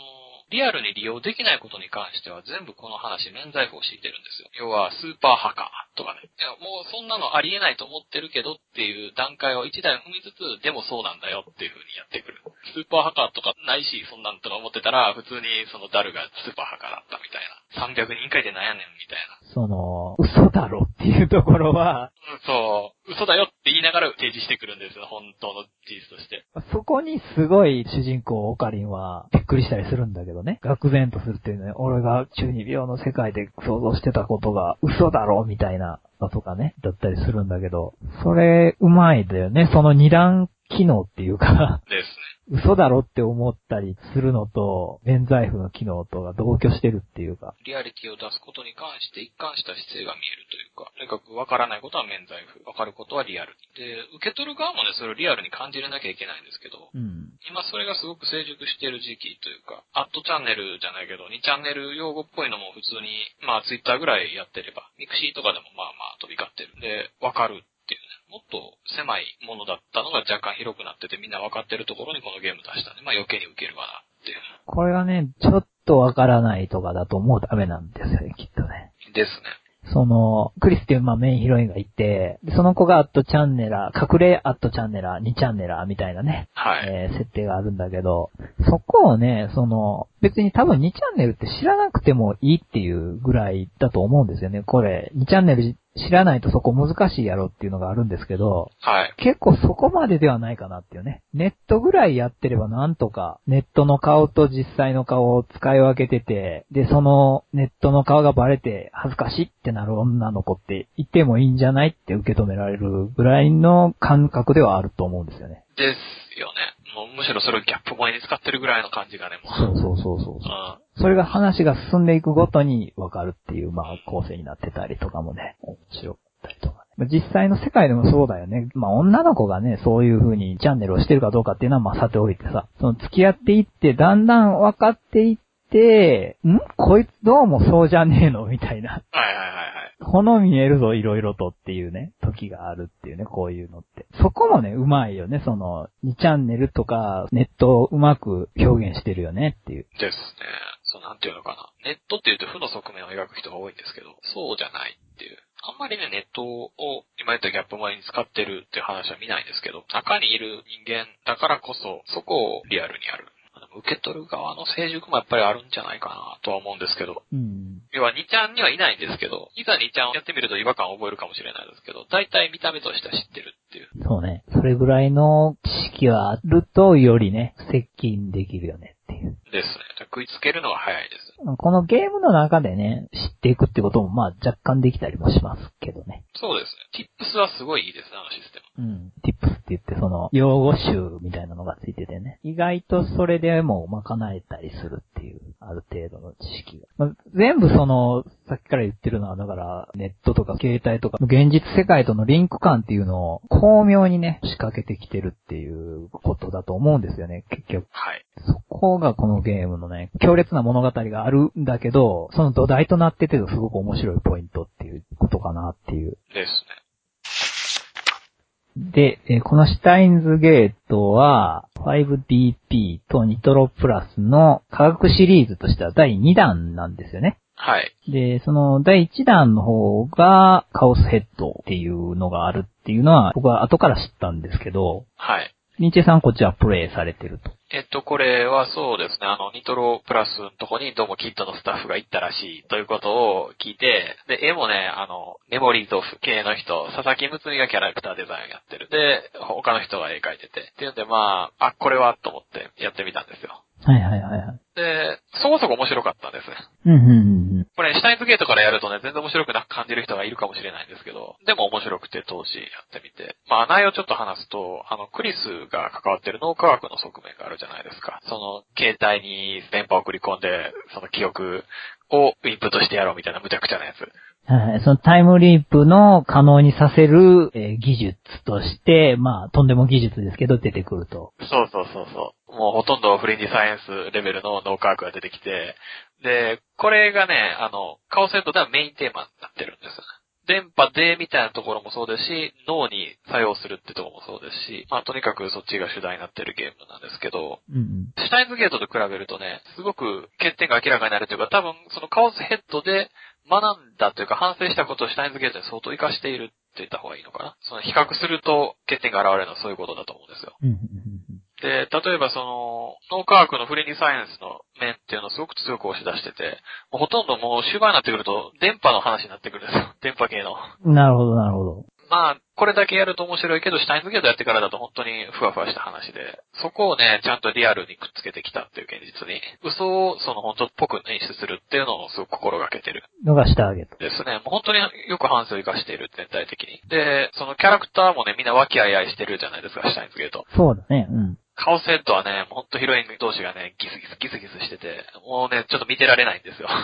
Speaker 2: リアルに利用できないことに関しては全部この話免罪符を敷いてるんですよ。要はスーパーハカーとかね。いや、もうそんなのありえないと思ってるけどっていう段階を一台踏みつつ、でもそうなんだよっていう風にやってくる。スーパーハカーとかないし、そんなんとか思ってたら、普通にそのダルがスーパーハカーだったみたいな。300人会でなんやねんみたいな。
Speaker 1: その、嘘だろっていうところは、
Speaker 2: うんそう、嘘だよって言いながら提示してくるんですよ。本当の事実として。
Speaker 1: そこにすごい主人公オカリンはびっくりしたりするんだけどね。愕然とするっていうね、俺が中二病の世界で想像してたことが嘘だろみたいなのとかね、だったりするんだけど、それうまいだよね。その二段機能っていうか、 (laughs)
Speaker 2: ですね。
Speaker 1: 嘘だろって思ったりするのと、免罪符の機能とが同居してるっていうか。
Speaker 2: リアリティを出すことに関して一貫した姿勢が見えるというか、とにかく分からないことは免罪符、分かることはリアル。で、受け取る側もね、それをリアルに感じれなきゃいけないんですけど、
Speaker 1: うん。
Speaker 2: 今それがすごく成熟している時期というか、アットチャンネルじゃないけど、2チャンネル用語っぽいのも普通に、まあツイッターぐらいやってれば、ミクシーとかでもまあまあ飛び交ってるんで、分かる。っていうねもっと狭いものだったのが若干広くなっててみんな分かってるところにこのゲーム出したんで、まあ余計に受けるわなっていう。
Speaker 1: これはね、ちょっとわからないとかだともうダメなんですよね、きっとね。
Speaker 2: ですね。
Speaker 1: その、クリスっていうまあメインヒロインがいて、でその子がアットチャンネラー、隠れアットチャンネラー、2チャンネラーみたいなね、
Speaker 2: はい。
Speaker 1: えー設定があるんだけど、そこをね、その、別に多分2チャンネルって知らなくてもいいっていうぐらいだと思うんですよね。これ、2チャンネル知らないとそこ難しいやろっていうのがあるんですけど、
Speaker 2: はい。
Speaker 1: 結構そこまでではないかなっていうね。ネットぐらいやってればなんとか、ネットの顔と実際の顔を使い分けてて、で、そのネットの顔がバレて恥ずかしいってなる女の子っていてもいいんじゃないって受け止められるぐらいの感覚ではあると思うんですよね。
Speaker 2: ですよね。もうむしろそれをギャップ萌えに使ってるぐらいの感じがね、もう。
Speaker 1: そうそうそうそう
Speaker 2: う。ん。
Speaker 1: それが話が進んでいくごとにわかるっていう、まあ、構成になってたりとかもね、面白かったりとかね。実際の世界でもそうだよね。まあ、女の子がね、そういう風にチャンネルをしてるかどうかっていうのは、まあ、さておいてさ、その付き合っていって、だんだん分かっていって、んこいつどうもそうじゃねえのみたいな。
Speaker 2: はいはいはいはい。
Speaker 1: この見えるぞ、いろいろとっていうね、時があるっていうね、こういうのって。そこもね、うまいよね、その、2チャンネルとか、ネットをうまく表現してるよねっていう。
Speaker 2: ですね。そう、なんていうのかな。ネットって言うと負の側面を描く人が多いんですけど、そうじゃないっていう。あんまりね、ネットを今言ったギャップ萌えに使ってるっていう話は見ないんですけど、中にいる人間だからこそ、そこをリアルにやる。でも受け取る側の成熟もやっぱりあるんじゃないかなとは思うんですけど、
Speaker 1: うん。
Speaker 2: 要は2ちゃんにはいないんですけど、いざ2ちゃんをやってみると違和感を覚えるかもしれないですけど、大体見た目としては知ってるっていう。
Speaker 1: そうね。それぐらいの知識はあると、よりね、接近できるよねっていう。
Speaker 2: ですね。食いつけるのが早いです。
Speaker 1: このゲームの中でね、知っていくってことも、まあ若干できたりもしますけどね。
Speaker 2: そうですね。Tips はすごいいいですね、あのシステム。
Speaker 1: うん。tips って言って、その、用語集みたいなのがついててね。意外とそれでも賄えたりするっていう、ある程度の知識が。まあ全部その、さっきから言ってるのは、だから、ネットとか携帯とか、現実世界とのリンク感っていうのを、巧妙にね、仕掛けてきてるっていうことだと思うんですよね、結局。
Speaker 2: はい。
Speaker 1: そこがこのゲームのね、強烈な物語があるんだけど、その土台となっててすごく面白いポイントっていうことかなっていう。
Speaker 2: ですね。
Speaker 1: で、えーこのシュタインズゲートは 5DP とニトロプラスの科学シリーズとしては第2弾なんですよね。
Speaker 2: はい。
Speaker 1: で、その第1弾の方がカオスヘッドっていうのがあるっていうのは僕は後から知ったんですけど、
Speaker 2: はい。
Speaker 1: ニチェさんこっちはプレイされてると。
Speaker 2: えっと、これはそうですね、あの、ニトロプラスのとこにどうもキッドのスタッフが行ったらしいということを聞いて、で、絵もね、あの、メモリーズオフ系の人、佐々木睦美がキャラクターデザインをやってる。で、他の人が絵描いてて。っていうんで、まあ、あ、これはと思ってやってみたんですよ。
Speaker 1: はいはいはいはい。
Speaker 2: で、そこそこ面白かったですね。
Speaker 1: うん、うん、うんうん。
Speaker 2: これ、シュタインズゲートからやるとね、全然面白くなく感じる人がいるかもしれないんですけど、でも面白くて当時やってみて。まあ、内容ちょっと話すと、あの、クリスが関わってる脳科学の側面があるじゃないですか。その、携帯に電波を送り込んで、その記憶をインプットしてやろうみたいな無茶苦茶なやつ。
Speaker 1: はいはい、そのタイムリープの可能にさせる、えー技術として、まあ、とんでも技術ですけど出てくると。
Speaker 2: そうそうそうそう。もうほとんどフレンディサイエンスレベルの脳科学が出てきて、で、これがね、あの、カオセットではメインテーマになってるんですよね。電波でみたいなところもそうですし、脳に作用するってところもそうですし、まあとにかくそっちが主題になってるゲームなんですけど、
Speaker 1: うん
Speaker 2: シュタインズゲートと比べるとね、すごく欠点が明らかになるというか、多分そのカオスヘッドで学んだというか反省したことをシュタインズゲートに相当活かしているって言った方がいいのかな。その比較すると欠点が現れるのはそういうことだと思うんですよ。
Speaker 1: うん。うんうん
Speaker 2: で、例えばその、脳科学のフレニーサイエンスの面っていうのをすごく強く押し出してて、もうほとんどもう終盤になってくると電波の話になってくるんですよ。 (laughs) 電波系の。
Speaker 1: うんうんなるほど、なるほど。
Speaker 2: まあ、これだけやると面白いけど、シュタインズゲートやってからだと本当にふわふわした話で、そこをね、ちゃんとリアルにくっつけてきたっていう現実に、嘘をその本当っぽく演出するっていうのをすごく心がけてる
Speaker 1: のが下上げと。
Speaker 2: ですね。もう本当によく反省を生かしている、全体的に。で、そのキャラクターもね、みんな和気あいあいしてるじゃないですか、シュタインズゲート。
Speaker 1: そうだね、うん。
Speaker 2: カオスヘッドはね、ほんとヒロイン同士がね、ギスギスギスギスしてて、もうね、ちょっと見てられないんですよ。 (laughs)
Speaker 1: ちょ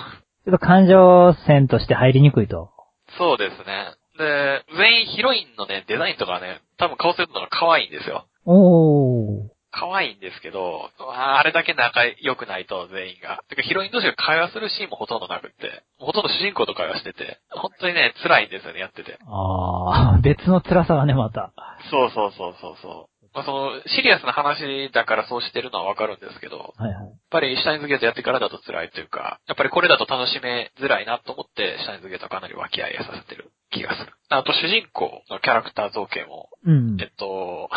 Speaker 1: っと感情線として入りにくいと。
Speaker 2: そうですね。で、全員ヒロインのね、デザインとかはね、多分カオスヘッドの方が可愛いんですよ。
Speaker 1: おー。
Speaker 2: 可愛いんですけど、ああれだけ仲良くないと、全員が。てかヒロイン同士が会話するシーンもほとんどなくって、ほとんど主人公と会話してて、本当にね、辛いんですよね、やってて。
Speaker 1: あー、別の辛さがね、また。
Speaker 2: そうそうそうそうそう。まあその、シリアスな話だからそうしてるのはわかるんですけど、
Speaker 1: はいはい。
Speaker 2: やっぱりシュタインズゲートやってからだと辛いというか、やっぱりこれだと楽しめづらいなと思って、シュタインズゲートはかなり和気あいあいさせてる気がする。あと主人公のキャラクター造形も、
Speaker 1: うん
Speaker 2: え。っと、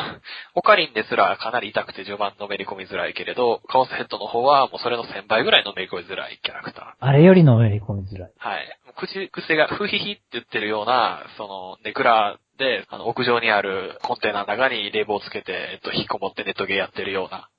Speaker 2: オカリンですらかなり痛くて序盤のめり込みづらいけれど、カオスヘッドの方はもうそれの1000倍ぐらいのめり込みづらいキャラクター。
Speaker 1: あれよりのめり込みづらい。
Speaker 2: はい。口癖がフヒヒって言ってるような、その、ネクラで、あの、屋上にあるコンテナの中に冷房をつけて、えっと、引きこもってネットゲーやってるような、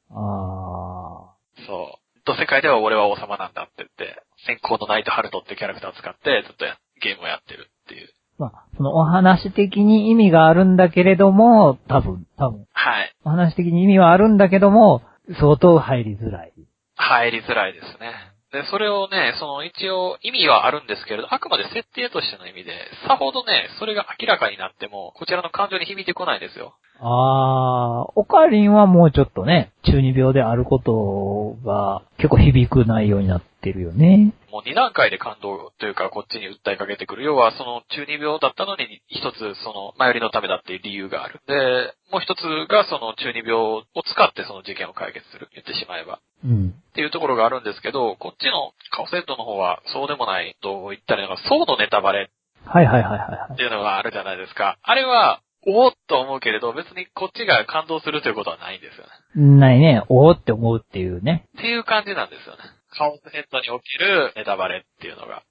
Speaker 1: あ
Speaker 2: そう。と世界では俺は王様なんだって言って、先行のナイトハルトってキャラクターを使って、ずっとやゲームをやってるっていう。
Speaker 1: ー。まあ、そのお話的に意味があるんだけれども、多分、多分。
Speaker 2: はい。
Speaker 1: お話的に意味はあるんだけども、相当入りづらい。
Speaker 2: 入りづらいですね。で、それをね、その一応意味はあるんですけれど、あくまで設定としての意味で、さほどね、それが明らかになっても、こちらの感情に響いてこないんですよ。
Speaker 1: あー、オカリンはもうちょっとね、中二病であることが結構響く内容になってるよね。
Speaker 2: もう2段階で感動というか、こっちに訴えかけてくる。要は、その中二病だったのに、一つ、その、前よりのためだっていう理由がある。で、もう一つが、その中二病を使ってその事件を解決する。言ってしまえば。
Speaker 1: うん。
Speaker 2: っていうところがあるんですけど、こっちのカオセットの方はそうでもないと言ったらいいのが、層のネタバレ
Speaker 1: はいはいはいはいは
Speaker 2: っ
Speaker 1: い。
Speaker 2: ていうのがあるじゃないですか。あれは、おおっと思うけれど、別にこっちが感動するということはないんですよね。
Speaker 1: ないね、おーって思うっていうね。
Speaker 2: っていう感じなんですよね。カオスヘッドにおけるネタバレっていうのが。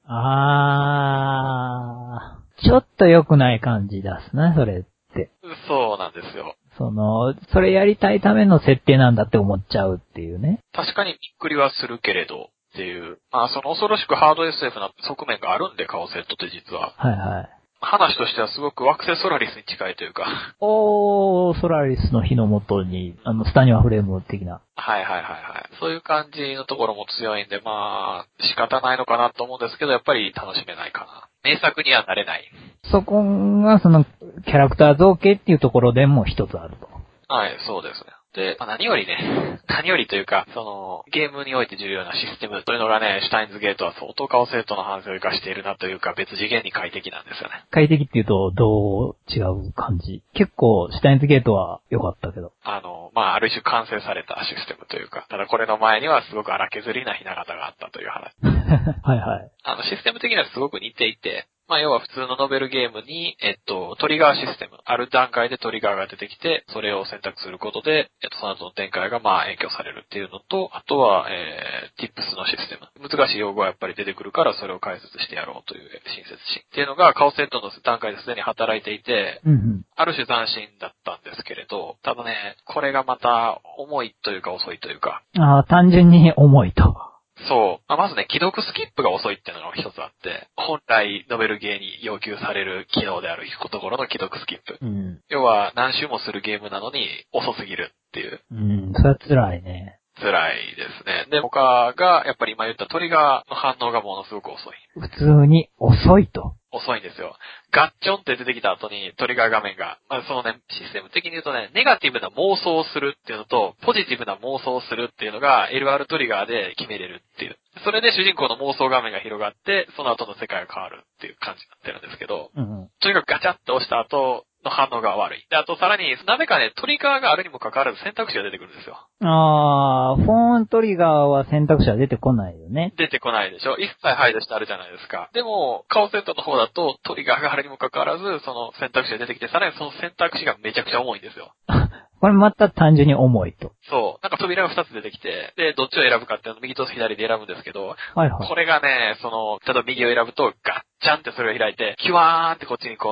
Speaker 1: あー、ちょっと良くない感じ出すな、それって。
Speaker 2: そうなんですよ。
Speaker 1: その、それやりたいための設定なんだって思っちゃうっていうね。
Speaker 2: 確かにびっくりはするけれどっていう。まあその恐ろしくハード SF な側面があるんで、カオスヘッドって実は。
Speaker 1: はいはい。
Speaker 2: 話としてはすごく惑星ソラリスに近いというか。
Speaker 1: おー、ソラリスの火の元に、あの、スタニワフレーム的な。
Speaker 2: はいはいはいはい。そういう感じのところも強いんで、まあ、仕方ないのかなと思うんですけど、やっぱり楽しめないかな。名作にはなれない。
Speaker 1: そこが、その、キャラクター造形っていうところでも一つあると。
Speaker 2: はい、そうですね。で、まあ何よりね、何よりというか、その、ゲームにおいて重要なシステムというのがね、シュタインズゲートは相当カオセットの反省を生かしているなというか、別次元に快適なんですよね。
Speaker 1: 快適っていうと、どう違う感じ。結構、シュタインズゲートは良かったけど。 (laughs)
Speaker 2: あの、まあ、ある種完成されたシステムというか、ただこれの前にはすごく荒削りなひな形があったという話。
Speaker 1: はいはい。
Speaker 2: あの、システム的にはすごく似ていて、まあ、要は普通のノベルゲームに、えっと、トリガーシステム、ある段階でトリガーが出てきて、それを選択することで、えっと、その後の展開が、まあ、影響されるっていうのと、あとは、えー、ティップスのシステム。難難しい用語がやっぱり出てくるから、それを解説してやろうという親切心っていうのが、カオセットの段階ですでに働いていて、
Speaker 1: うんうん。
Speaker 2: ある種斬新だったんですけれど、ただね、これがまた重いというか遅いというか、
Speaker 1: ああ、単純に重いと。
Speaker 2: そう。まあまずね、既読スキップが遅いっていうのが一つあって、本来ノベルゲーに要求される機能であるところの既読スキップ。
Speaker 1: うん。
Speaker 2: 要は何周もするゲームなのに遅すぎるっていう。
Speaker 1: うん、それは辛いね。
Speaker 2: 辛いですね。で、他が、やっぱり今言ったトリガーの反応がものすごく遅い。
Speaker 1: 普通に遅いと。
Speaker 2: 遅いんですよ。ガッチョンって出てきた後にトリガー画面が、まあ、そのね、システム的に言うとね、ネガティブな妄想をするっていうのと、ポジティブな妄想をするっていうのが LR トリガーで決めれるっていう。それで主人公の妄想画面が広がって、その後の世界が変わるっていう感じになってるんですけど、
Speaker 1: うん。
Speaker 2: とにかくガチャって押した後の反応が悪い。で、あとさらに、なぜかね、トリガーがあるにもかかわらず選択肢が出てくるんですよ。
Speaker 1: ああ、フォーントリガーは選択肢は出てこないよね。
Speaker 2: 出てこないでしょ一切排除してあるじゃないですか。でも、カオセットの方だと、トリガーがあるにもかかわらず、その選択肢が出てきて、さらにその選択肢がめちゃくちゃ重いんですよ。
Speaker 1: これまた単純に重いと。
Speaker 2: そう。なんか扉が2つ出てきて、で、どっちを選ぶかっていうのを右と左で選ぶんですけど、
Speaker 1: はいはい。
Speaker 2: これがね、その、例えば右を選ぶと、ガッチャンってそれを開いて、キュワーンってこっちにこ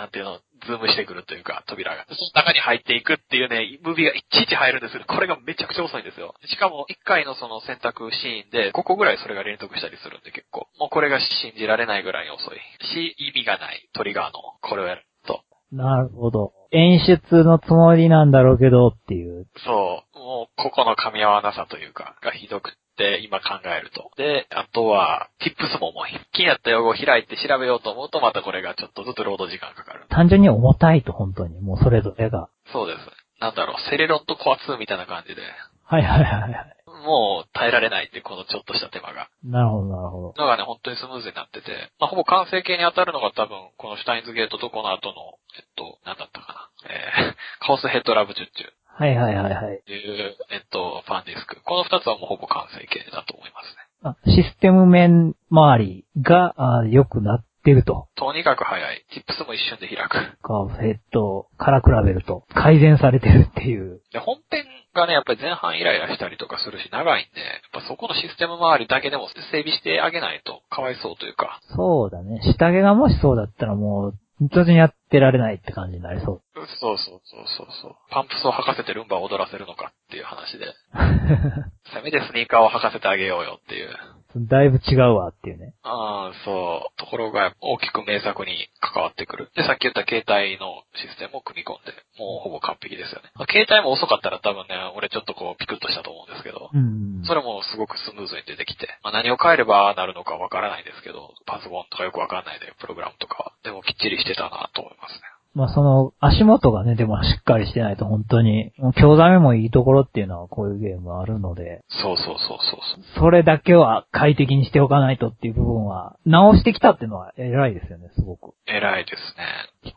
Speaker 2: の、なんていうの、ズームしてくるというか、扉が。その中に入っていくっていうね、ムービーがいちいち入るんですけど、これがめちゃくちゃ遅いんですよ。しかも、1回のその選択シーンで、5個ぐらいそれが連続したりするんで結構。もうこれが信じられないぐらい遅い。し、意味がない、トリガーの、これをやると。
Speaker 1: なるほど。演出のつもりなんだろうけどっていう。
Speaker 2: そう。もう、ここの噛み合わなさというか、がひどくって、今考えると。で、あとは、tips も重い。気になった用語を開いて調べようと思うと、またこれがちょっとずつロード時間かかる。
Speaker 1: 単純に重たいと、本当に。もうそれぞれが。
Speaker 2: そうです。なんだろう、セレロンとコア2みたいな感じで、
Speaker 1: はいはいはいはい。
Speaker 2: もう耐えられないって、このちょっとした手間が。
Speaker 1: なるほどなるほど。
Speaker 2: のがね、本当にスムーズになってて、まあ、ほぼ完成形に当たるのが多分、このシュタインズゲートとこの後の、えっと、なんだったかな。えー、 (laughs) カオスヘッドラブチュッチュっ
Speaker 1: はいはいはいはい。
Speaker 2: ていう、えっと、ファンディスク。この二つはもうほぼ完成形だと思いますね。
Speaker 1: あシステム面周りがあ良くなってると。
Speaker 2: とにかく早い。チップスも一瞬で開く。
Speaker 1: カーフヘッドから比べると改善されてるっていう。
Speaker 2: で、本編がね、やっぱり前半イライラしたりとかするし、長いんで、やっぱそこのシステム周りだけでも整備してあげないと、かわいそうというか。
Speaker 1: そうだね。下着がもしそうだったらもう、本当にやってられないって感じになり (laughs) そう。
Speaker 2: そうそうそうそうそう。パンプスを履かせてルンバを踊らせるのかっていう話で。せめてスニーカーを履かせてあげようよっていう。
Speaker 1: だいぶ違うわっていうね。
Speaker 2: ああ、そう。ところが大きく名作に関わってくる。で、さっき言った携帯のシステムを組み込んで、もうほぼ完璧ですよね。携帯も遅かったら多分ね、俺ちょっとこうピクッとしたと思うんですけど。
Speaker 1: うん。
Speaker 2: それもすごくスムーズに出てきて、まあ、何を変えればああなるのかわからないですけど、パソコンとかよくわかんないで、プログラムとかは。でもきっちりしてたなと思いますね。
Speaker 1: まあその足元がね、でもしっかりしてないと本当に、もう興ざめもいいところっていうのはこういうゲームはあるので、
Speaker 2: そうそうそうそうそう。
Speaker 1: それだけは快適にしておかないとっていう部分は、直してきたっていうのは偉いですよね、すごく。
Speaker 2: 偉いですね。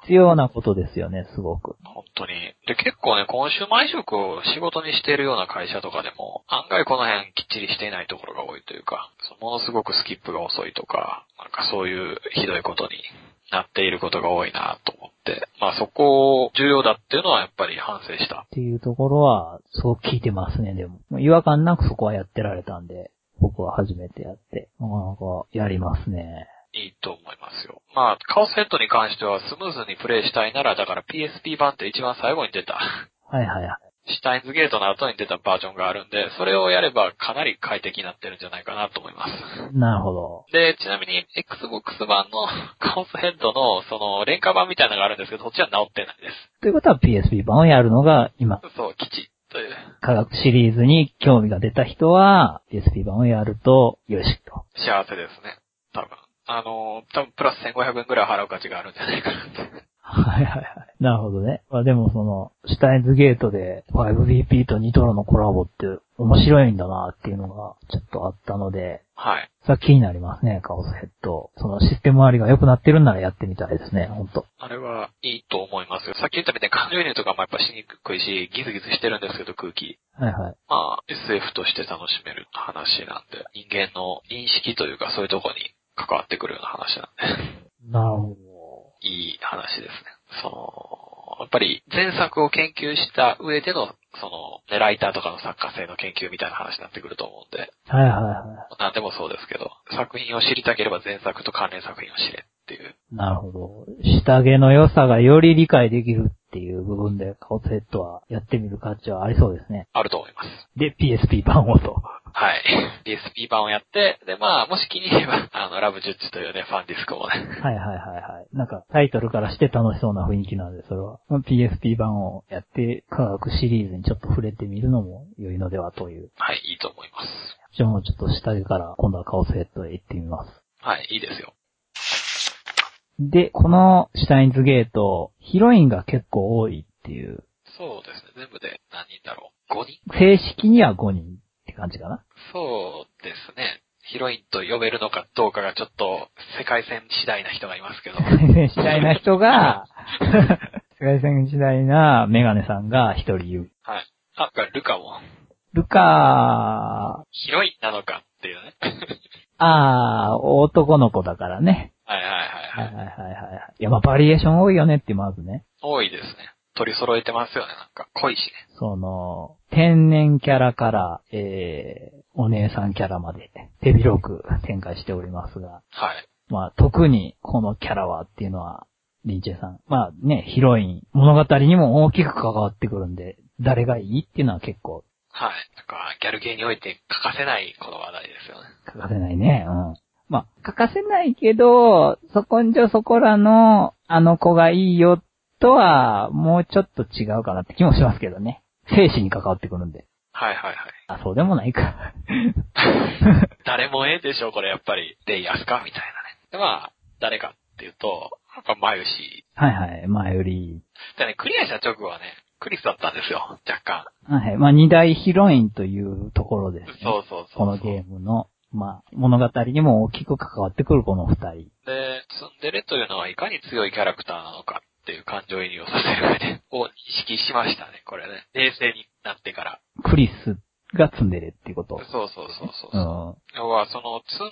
Speaker 1: 必要なことですよね、すごく。
Speaker 2: 本当に。で、結構ね、今週毎食を仕事にしているような会社とかでも、案外この辺きっちりしていないところが多いというか、そのものすごくスキップが遅いとか、なんかそういうひどいことになっていることが多いなと思って、まあそこを重要だっていうのはやっぱり反省した。
Speaker 1: っていうところは、すごく効いてますね、でも。違和感なくそこはやってられたんで、僕は初めてやって、なかなかやりますね。
Speaker 2: いいと思いますよ。まあ、カオスヘッドに関してはスムーズにプレイしたいなら、だから PSP 版って一番最後に出た、 (laughs)
Speaker 1: はいはいはい。
Speaker 2: シュタインズゲートの後に出たバージョンがあるんで、それをやればかなり快適になってるんじゃないかなと思います。
Speaker 1: なるほど。
Speaker 2: で、ちなみに Xbox 版の (laughs) カオスヘッドのその廉価版みたいなのがあるんですけど、そっちは直ってないです。
Speaker 1: ということは PSP 版をやるのが、今、
Speaker 2: そう、基地という。
Speaker 1: 科学シリーズに興味が出た人は、PSP 版をやると、よしと。
Speaker 2: 幸せですね。多分。あの、多分プラス1500円くらい払う価値があるんじゃないかなって。 (laughs)
Speaker 1: はいはいはい。なるほどね。まあでもその、シュタインズゲートで 5BP とニトロのコラボって面白いんだなっていうのがちょっとあったので、
Speaker 2: はい。
Speaker 1: さあ気になりますね、カオスヘッド。そのシステム周りが良くなってるんならやってみたいですね、ほんと。
Speaker 2: あれはいいと思いますよ。さっき言ったみたいに感情移入とかもやっぱしにくいし、ギスギスしてるんですけど空気。
Speaker 1: はいはい。
Speaker 2: まあ SF として楽しめる話なんで、人間の認識というかそういうとこに関わってくるような話なんで、
Speaker 1: なるほ
Speaker 2: いい話ですね。その、やっぱり前作を研究した上での、その、ね、ライターとかの作家性の研究みたいな話になってくると思うんで、
Speaker 1: はいはいは
Speaker 2: なんでもそうですけど、作品を知りたければ前作と関連作品を知れっていう。
Speaker 1: い。なるほど。下着の良さがより理解できるっていう部分で、カオツヘッドはやってみる価値はありそうですね。
Speaker 2: あると思います。
Speaker 1: で、PSP 版をと。
Speaker 2: はい。PSP 版をやって、で、まあ、もし気に入れば、 (laughs) あの、ラブジュッチというね、ファンディスクもね、 (laughs)
Speaker 1: はいはいはいはい。なんかタイトルからして楽しそうな雰囲気なんで、それは。まあ PSP 版をやって科学シリーズにちょっと触れてみるのも良いのではという。
Speaker 2: はい、いいと思います。
Speaker 1: じゃあもうちょっと下着から今度はカオスヘッドへ行ってみます。
Speaker 2: はい、いいですよ。
Speaker 1: で、このシュタインズゲート、ヒロインが結構多いっていう、
Speaker 2: そうですね、全部で何人だろう ?5 人
Speaker 1: 正式には5人って感じかな。 (laughs)
Speaker 2: そうですね。ヒロインと呼べるのかどうかがちょっと世界線次第な人がいますけど。
Speaker 1: 世界戦次第な人が、世界戦次第なメガネさんが一人いる。
Speaker 2: はい。あ、これルカも、
Speaker 1: ルカ
Speaker 2: ヒロインなのかっていうね。 (laughs)
Speaker 1: ー、あー、男の子だからね。
Speaker 2: はいはいは
Speaker 1: はいい
Speaker 2: は
Speaker 1: はい
Speaker 2: い。
Speaker 1: はいはい。いや、まあ、バリエーション多いよねって、まずね。
Speaker 2: 多いですね。取り揃えてますよね、なんか。濃いしね。
Speaker 1: その、天然キャラから、えー、お姉さんキャラまで手広く展開しておりますが、
Speaker 2: はい。
Speaker 1: まあ、特にこのキャラはっていうのは、リンチェさん。まあね、ヒロイン、物語にも大きく関わってくるんで、誰がいいっていうのは結構
Speaker 2: はい。なんか、ギャル系において欠かせないこの話題ですよね。
Speaker 1: 欠かせないね。うん。まあ、欠かせないけど、そこんじょそこらのあの子がいいよとは、もうちょっと違うかなって気もしますけどね。生死に関わってくるんで。
Speaker 2: はいはいはい。
Speaker 1: あ、そうでもないか。 (laughs)
Speaker 2: 誰もええでしょ、これやっぱり。で、安かみたいなね。で、まあ、誰かっていうと、やっぱ、マユシ。
Speaker 1: はいはい。前より。
Speaker 2: でね、クリアした直後はね、クリスだったんですよ、若干。
Speaker 1: はいはい。まあ、二大ヒロインというところですね。
Speaker 2: そうそうそうそう。
Speaker 1: このゲームの、まあ、物語にも大きく関わってくるこの二人。
Speaker 2: で、ツンデレというのはいかに強いキャラクターなのかっていう感情移入をさせる上で、 (laughs) を意識しましたね、これね。冷静になってから。
Speaker 1: クリスがツンデレっていうこと。
Speaker 2: そうそうそうそう
Speaker 1: う
Speaker 2: そ
Speaker 1: ん。
Speaker 2: う。要は、その、ツン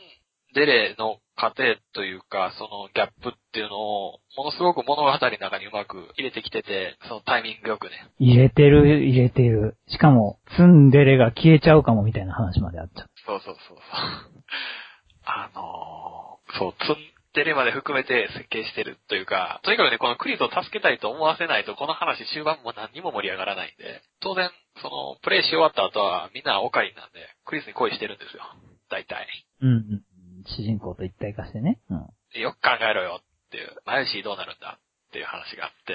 Speaker 2: デレの過程というか、そのギャップっていうのを、ものすごく物語の中にうまく入れてきてて、そのタイミングよくね。
Speaker 1: 入れてる、入れてる。しかも、ツンデレが消えちゃうかもみたいな話まであっちゃう。
Speaker 2: そうそうそうそう。 (laughs) あのー、そう、ツンデレまで含めて設計してるというか、とにかくね、このクリスを助けたいと思わせないと、この話終盤も何にも盛り上がらないんで、当然、その、プレイし終わった後は、みんなオカリンなんで、クリスに恋してるんですよ。大体。
Speaker 1: うんうん。主人公と一体化してね。うん。
Speaker 2: でよく考えろよっていう、マユシーどうなるんだっていう話があって、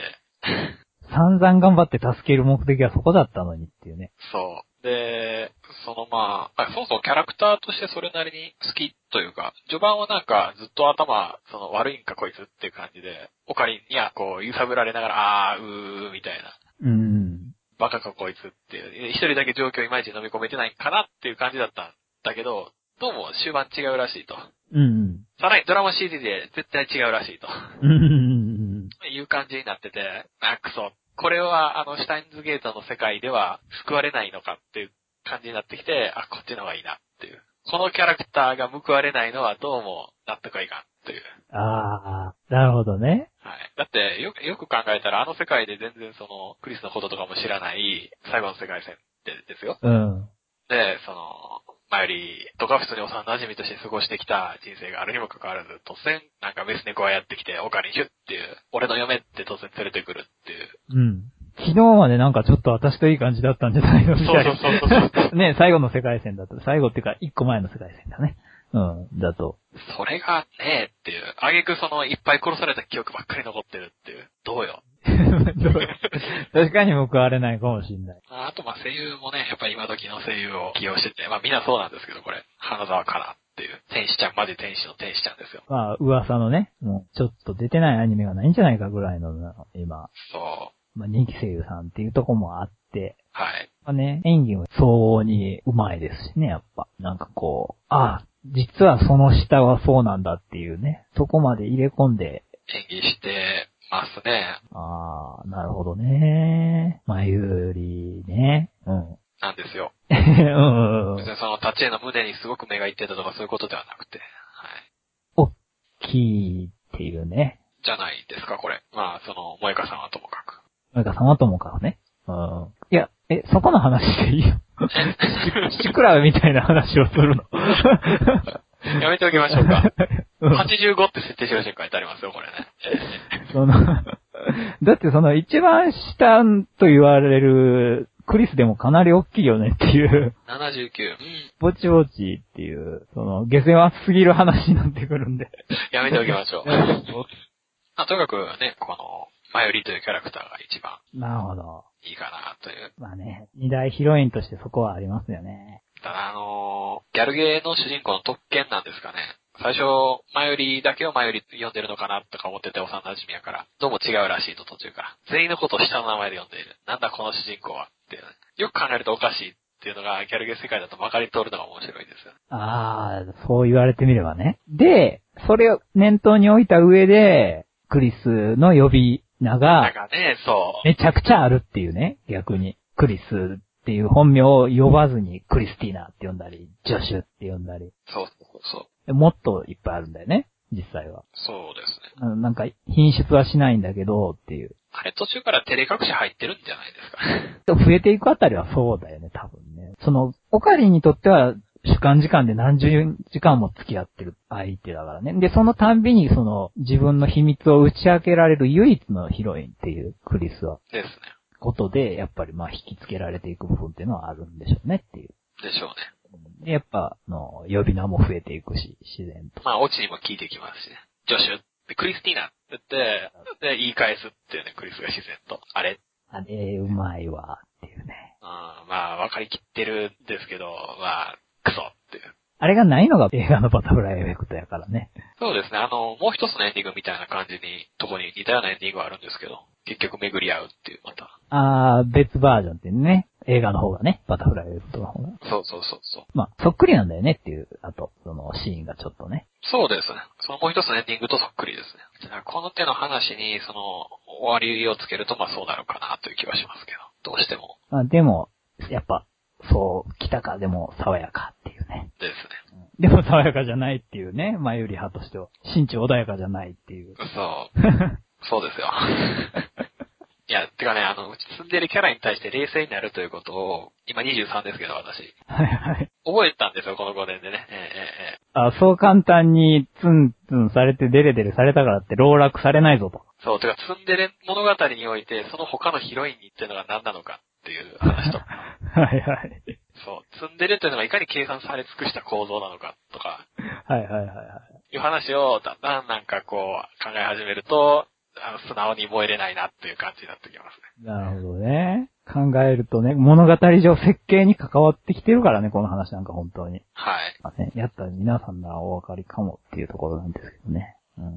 Speaker 1: 散々頑張って助ける目的はそこだったのにっていうね。
Speaker 2: そう。で、そのまあ、あそもそもキャラクターとしてそれなりに好きというか、序盤はなんかずっと頭、その悪いんかこいつっていう感じで、オカリンにはこう揺さぶられながら、あー、うー、みたいな。
Speaker 1: うん。
Speaker 2: バカかこいつっていう。で一人だけ状況いまいち飲み込めてないかなっていう感じだったんだけど、どうも終盤違うらしいと。
Speaker 1: うん
Speaker 2: さらにドラマ CD で絶対違うらしいと。
Speaker 1: うん。うん。
Speaker 2: いう感じになってて、あ、くそ。これは、あの、シュタインズゲートの世界では救われないのかっていう感じになってきて、あ、こっちの方がいいなっていう。このキャラクターが報われないのはどうも納得がいかんっていう。
Speaker 1: ああ、なるほどね。
Speaker 2: はい。だって、よく、よく考えたら、あの世界で全然その、クリスのこととかも知らない、最後の世界線でですよ。
Speaker 1: うん。
Speaker 2: で、その、前より、とか普通に幼馴染みとして過ごしてきた人生があるにもかかわらず、突然、なんかメス猫がやってきて、オカリンヒュッっていう、俺の嫁って突然連れてくるっていう、
Speaker 1: うん。昨日までなんかちょっと私といい感じだったんじゃないのみたいな。
Speaker 2: そうそうそう
Speaker 1: ね、最後の世界線だと。最後っていうか、一個前の世界線だね。うん。だ
Speaker 2: (laughs)
Speaker 1: と。
Speaker 2: それがねえっていう。あげくその、いっぱい殺された記憶ばっかり残ってるっていう。どうよ。
Speaker 1: 確かに報われないかもしんない。
Speaker 2: ああと、まあ、声優もね、やっぱ今時の声優を起用してて、まあ、みんなそうなんですけど、これ。花沢かなっていう。天使ちゃん、マジ天使の天使ちゃんですよ。
Speaker 1: まあ、噂のね、もう、ちょっと出てないアニメがないんじゃないかぐらいの、今、
Speaker 2: そう。
Speaker 1: まあ、人気声優さんっていうとこもあって、
Speaker 2: はい。
Speaker 1: まあね、演技も相応に上手いですしね、やっぱ。なんかこう、ああ、実はその下はそうなんだっていうね、そこまで入れ込んで、
Speaker 2: 演技してますね。
Speaker 1: ああ、なるほどね。まあ、ゆりね。うん。 (laughs)
Speaker 2: なんですよ。
Speaker 1: うんうんう
Speaker 2: 別
Speaker 1: ん。
Speaker 2: にその、立ち絵の胸にすごく目がいってたとかそういうことではなくて。はい。
Speaker 1: キーっていうね。
Speaker 2: じゃないですか、これ。まあ、その、萌香さんはともかく。
Speaker 1: なんか様ともかくね。うん。いや、え、そこの話でい
Speaker 2: (laughs)
Speaker 1: いよ。シクラみたいな話をするの。
Speaker 2: やめておきましょ
Speaker 1: (laughs)
Speaker 2: うか。
Speaker 1: うん
Speaker 2: 85って設定しろし書いてありますよ、これね。
Speaker 1: その、 (laughs) だってその一番下と言われるクリスでもかなり大きいよねっていう、 (laughs)
Speaker 2: 79。うん。
Speaker 1: ぼちぼちっていう、その、下世話すぎる話になってくるんで。
Speaker 2: やめておきまし
Speaker 1: (laughs)
Speaker 2: ょう。あとにかくね、この、マヨリというキャラクターが一番
Speaker 1: なるほど。
Speaker 2: いいかなという。
Speaker 1: まあね、二大ヒロインとしてそこはありますよね。
Speaker 2: ただ、あのーギャルゲーの主人公の特権なんですかね。最初、マヨリだけをマヨリ呼んでるのかなとか思ってて幼馴染やから、どうも違うらしいと途中から。全員のことを下の名前で呼んでいる。なんだこの主人公はっていうね。よく考えるとおかしいっていうのが、ギャルゲー世界だとまかり通るのが面白いですよね。
Speaker 1: ああ、そう言われてみればね。で、それを念頭に置いた上で、クリスの呼び名
Speaker 2: な
Speaker 1: が
Speaker 2: ん、かね、そう。
Speaker 1: めちゃくちゃあるっていうね、逆に。クリスっていう本名を呼ばずに、クリスティーナって呼んだり、ジョシュって呼んだり。
Speaker 2: そうそうそう。
Speaker 1: もっといっぱいあるんだよね、実際は。
Speaker 2: そうですね。
Speaker 1: あのなんか、品質はしないんだけど、っていう。
Speaker 2: あれ途中から照れ隠し入ってるんじゃないですか。 (laughs)
Speaker 1: 増えていくあたりはそうだよね、多分ね。その、オカリンにとっては、主観時間で何十時間も付き合ってる相手だからね。で、そのたんびに、その、自分の秘密を打ち明けられる唯一のヒロインっていう、クリスは。
Speaker 2: ですね。
Speaker 1: ことで、やっぱりまあ引きつけられていく部分っていうのはあるんでしょうねっていう。
Speaker 2: でしょうね。
Speaker 1: で、やっぱ、あの、呼び名も増えていくし、自然と。
Speaker 2: まあ、オチにも聞いてきますしね。ジョシュ、でクリスティーナって言って、で、言い返すっていうね、クリスが自然と。あれ
Speaker 1: あれ、うまいわ、っていうね。
Speaker 2: うん、まあ、わかりきってるんですけど、まあ、クソっていう。
Speaker 1: あれがないのが映画のバタフライエフェクトやからね。
Speaker 2: そうですね、あの、もう一つのエンディングみたいな感じに、とこに似たようなエンディングはあるんですけど、結局巡り合うっていう、また。
Speaker 1: あー、別バージョンっていうね。映画の方がね、バタフライエフェクトの方が。
Speaker 2: そうそうそうそう。
Speaker 1: まあ、そっくりなんだよねっていう、あと、そのシーンがちょっとね。
Speaker 2: そうですね。そのもう一つのエンディングとそっくりですね。だからこの手の話に、その、終わりをつけると、まあそうなるかなという気はしますけど、どうしても。
Speaker 1: まあ、でも、やっぱ、そう、来たか、でも、爽やかっていうね。
Speaker 2: です
Speaker 1: でも、爽やかじゃないっていうね。前より派としては。心中穏やかじゃないっていう。
Speaker 2: ね。そう。そうですよ。 (laughs) いや、てかね、あの、うち住んでるキャラに対して冷静になるということを、今23ですけど、私。
Speaker 1: はいはい。
Speaker 2: 覚えたんですよ、この5年でね。ええええええ
Speaker 1: あ、そう簡単にツンツンされてデレデレされたからって老落されないぞと。
Speaker 2: そう、てか、ツンデレ物語において、その他のヒロインにっていうのが何なのかっていう話
Speaker 1: (laughs)
Speaker 2: と。
Speaker 1: はいはい。
Speaker 2: そう、ツンデレというのがいかに計算され尽くした構造なのかとか、
Speaker 1: はいはいはいはい。
Speaker 2: いう話を、だんだんなんかこう、考え始めると、あの素直に燃えれないなっていう感じになってきますね。
Speaker 1: なるほどね。考えるとね、物語上設計に関わってきてるからね、この話なんか本当に。
Speaker 2: はい。
Speaker 1: まあね、やったら皆さんならお分かりかもっていうところなんですけどね。うん。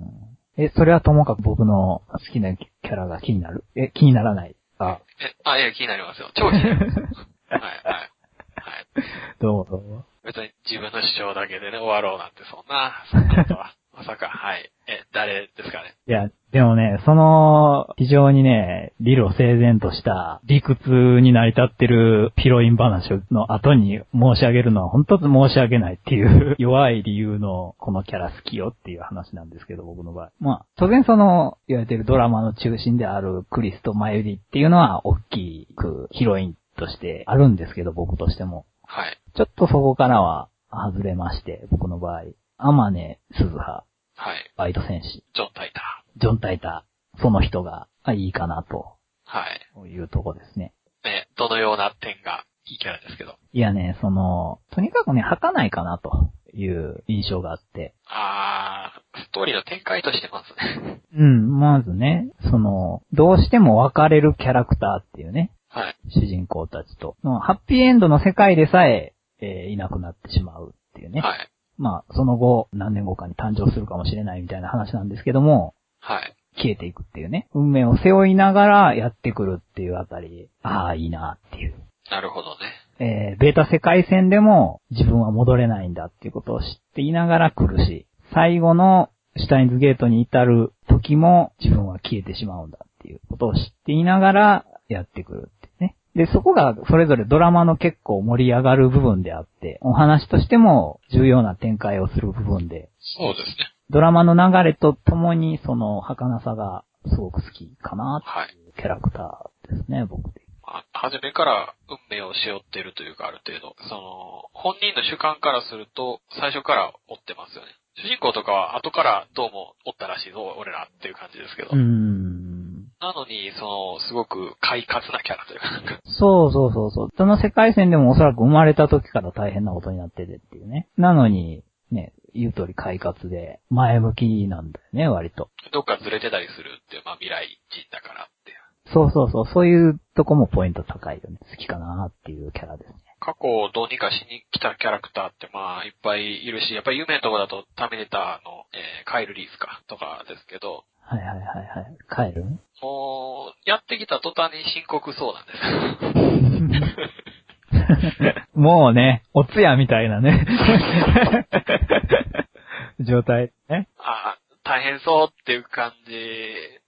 Speaker 1: え、それはともかく僕の好きなキャラが気になる。え、気にならない。あ、
Speaker 2: え、あ、いや、気になりますよ。超気になります。はい、はい。はい。
Speaker 1: どうもどうも。
Speaker 2: 別に自分の主張だけでね、終わろうなんてそんな、そんなことは。 (laughs) まさか、はい。え、誰ですかね。
Speaker 1: いや、でもね、その、非常にね、理路整然とした理屈に成り立ってるヒロイン話の後に申し上げるのは本当に申し訳ないっていう (laughs) 弱い理由のこのキャラ好きよっていう話なんですけど、僕の場合。まあ、当然その、言われてるドラマの中心であるクリスとマユリっていうのは大きくヒロインとしてあるんですけど、僕としても。
Speaker 2: はい。
Speaker 1: ちょっとそこからは外れまして、僕の場合。アマネ・スズハ、
Speaker 2: はい。
Speaker 1: バイト戦士。
Speaker 2: ジョン・タイタ
Speaker 1: ジョン・タイター、その人があいいかなと
Speaker 2: ー。はい。
Speaker 1: いうとこですね。
Speaker 2: ね、どのような点がいいキャラですけど。
Speaker 1: いやね、その、とにかくね、吐かないかなという印象があって。
Speaker 2: あー、ストーリーの展開としてますね。
Speaker 1: うん、まずね、その、どうしても別れるキャラクターっていうね、
Speaker 2: はい。
Speaker 1: 主人公たちと。のハッピーエンドの世界でさええーいなくなってしまうっていうね。
Speaker 2: はい。
Speaker 1: まあ、その後、何年後かに誕生するかもしれないみたいな話なんですけども、
Speaker 2: はい。
Speaker 1: 消えていくっていうね。運命を背負いながらやってくるっていうあたり、ああ、いいなっていう。
Speaker 2: なるほどね。
Speaker 1: えーベータ世界線でも自分は戻れないんだっていうことを知っていながら苦しい。最後のシュタインズゲートに至る時も自分は消えてしまうんだっていうことを知っていながらやってくるってね。で、そこがそれぞれドラマの結構盛り上がる部分であって、お話としても重要な展開をする部分で、
Speaker 2: そうですね。
Speaker 1: ドラマの流れとともにその儚さがすごく好きかなって
Speaker 2: はい。
Speaker 1: いうキャラクターですね、僕で。
Speaker 2: まあ、初めから運命を背負っているというか、ある程度。その、本人の主観からすると、最初から追ってますよね。主人公とかは後からどうも追ったらしいぞ、俺らっていう感じですけど。
Speaker 1: うん。
Speaker 2: なのに、その、すごく快活なキャラというか、なんか、 (laughs)
Speaker 1: そうそうそうそう。どの世界線でもおそらく生まれた時から大変なことになっててっていうね。なのに、ね、言う通り快活で、前向きなんだよね、割と。
Speaker 2: どっかずれてたりするっていう、まあ未来人だからっていう。
Speaker 1: そうそうそう、そういうとこもポイント高いよね。好きかなっていうキャラですね。
Speaker 2: 過去をどうにかしに来たキャラクターってまあいっぱいいるし、やっぱり有名なとこだとターミネーターの、えーカイル・リースか、とかですけど、
Speaker 1: はいはいはいはい。帰る
Speaker 2: もう、やってきた途端に深刻そうなんです。
Speaker 1: もうね、おつやみたいな (laughs) ね。状態ね。
Speaker 2: あ大変そうっていう感じ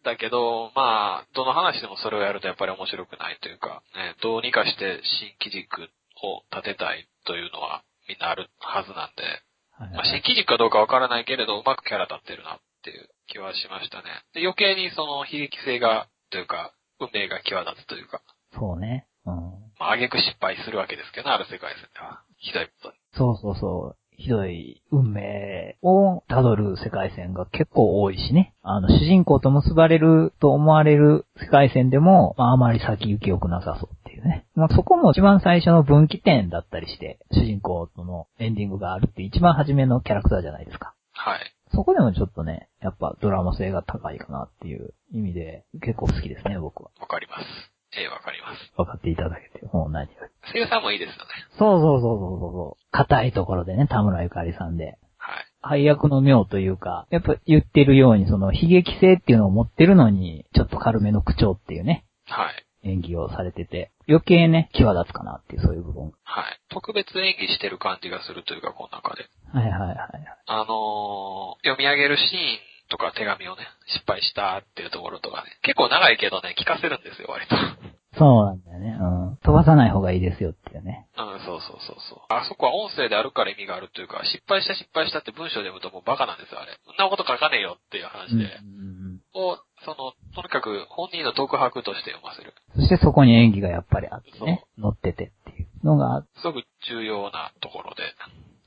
Speaker 2: だけど、まあ、どの話でもそれをやるとやっぱり面白くないというか、ね、どうにかして新機軸を立てたいというのはみんなあるはずなんで、
Speaker 1: はい
Speaker 2: ま
Speaker 1: は
Speaker 2: あ、新
Speaker 1: い
Speaker 2: 機軸かどうかわからないけれど、うまくキャラ立ってるなっていう気はしましたね。で余計にその悲劇性が、というか、運命が際立つというか、
Speaker 1: そうね。うん。
Speaker 2: まあ、挙句失敗するわけですけどね、ある世界線では。ひどいことに。
Speaker 1: そうそうそう。ひどい運命を辿る世界線が結構多いしね。あの、主人公と結ばれると思われる世界線でも、まあ、あまり先行き良くなさそうっていうね。まあ、そこも一番最初の分岐点だったりして、主人公とのエンディングがあるって一番初めのキャラクターじゃないですか。
Speaker 2: はい。
Speaker 1: そこでもちょっとね、やっぱドラマ性が高いかなっていう意味で、結構好きですね、僕は。
Speaker 2: わかります。ええわかります。
Speaker 1: 分かっていただけて、もう何より。
Speaker 2: 声優さんもいいですよね。
Speaker 1: そうそうそうそうそうそう。硬いところでね、田村ゆかりさんで。
Speaker 2: はい。
Speaker 1: 配役の妙というか、やっぱ言ってるようにその悲劇性っていうのを持ってるのに、ちょっと軽めの口調っていうね、
Speaker 2: はい。
Speaker 1: 演技をされてて、余計ね、際立つかなっていう、そういう部分。
Speaker 2: はい。特別演技してる感じがするというか、この中で。
Speaker 1: はいはいはいはい。
Speaker 2: あのー、読み上げるシーンとか手紙をね、失敗したっていうところとかね。結構長いけどね、聞かせるんですよ、割と。 (laughs) う
Speaker 1: そうなんだよね。うん。飛ばさない方がいいですよっていうね。
Speaker 2: ん、そうそうそうそう。あそこは音声であるから意味があるというか、失敗した失敗したって文章で読むともうバカなんですよ、あれ。そんなこと書かねえよっていう話で。
Speaker 1: うん
Speaker 2: を、その、とにかく本人の特白として読ませる。
Speaker 1: そしてそこに演技がやっぱりあってね、乗っててっていうのが、
Speaker 2: すごく重要なところで。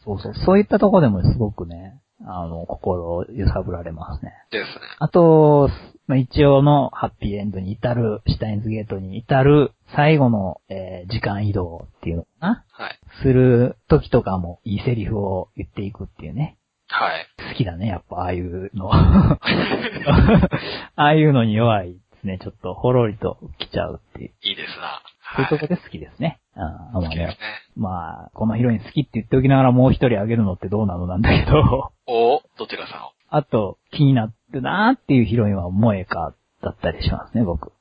Speaker 1: そうそう、そういったところでもすごくね、あの、心を揺さぶられますね。
Speaker 2: ですね。
Speaker 1: あと、まあ、一応のハッピーエンドに至る、シュタインズゲートに至る最後の、えー時間移動っていうのかな
Speaker 2: はい。
Speaker 1: する時とかもいいセリフを言っていくっていうね。
Speaker 2: はい。
Speaker 1: 好きだね、やっぱああいうの。 (laughs) ああいうのに弱いですね。ちょっとほろりと来ちゃうっていう。
Speaker 2: いいですな。
Speaker 1: そう
Speaker 2: はいい。
Speaker 1: うとこで好きですね。うんあの
Speaker 2: 好きですね。
Speaker 1: まあ、このヒロイン好きって言っておきながらもう一人あげるのってどうなのなんだけど。
Speaker 2: おどちらさんを
Speaker 1: あと、気になってるなーっていうヒロインは萌えかだったりしますね、僕。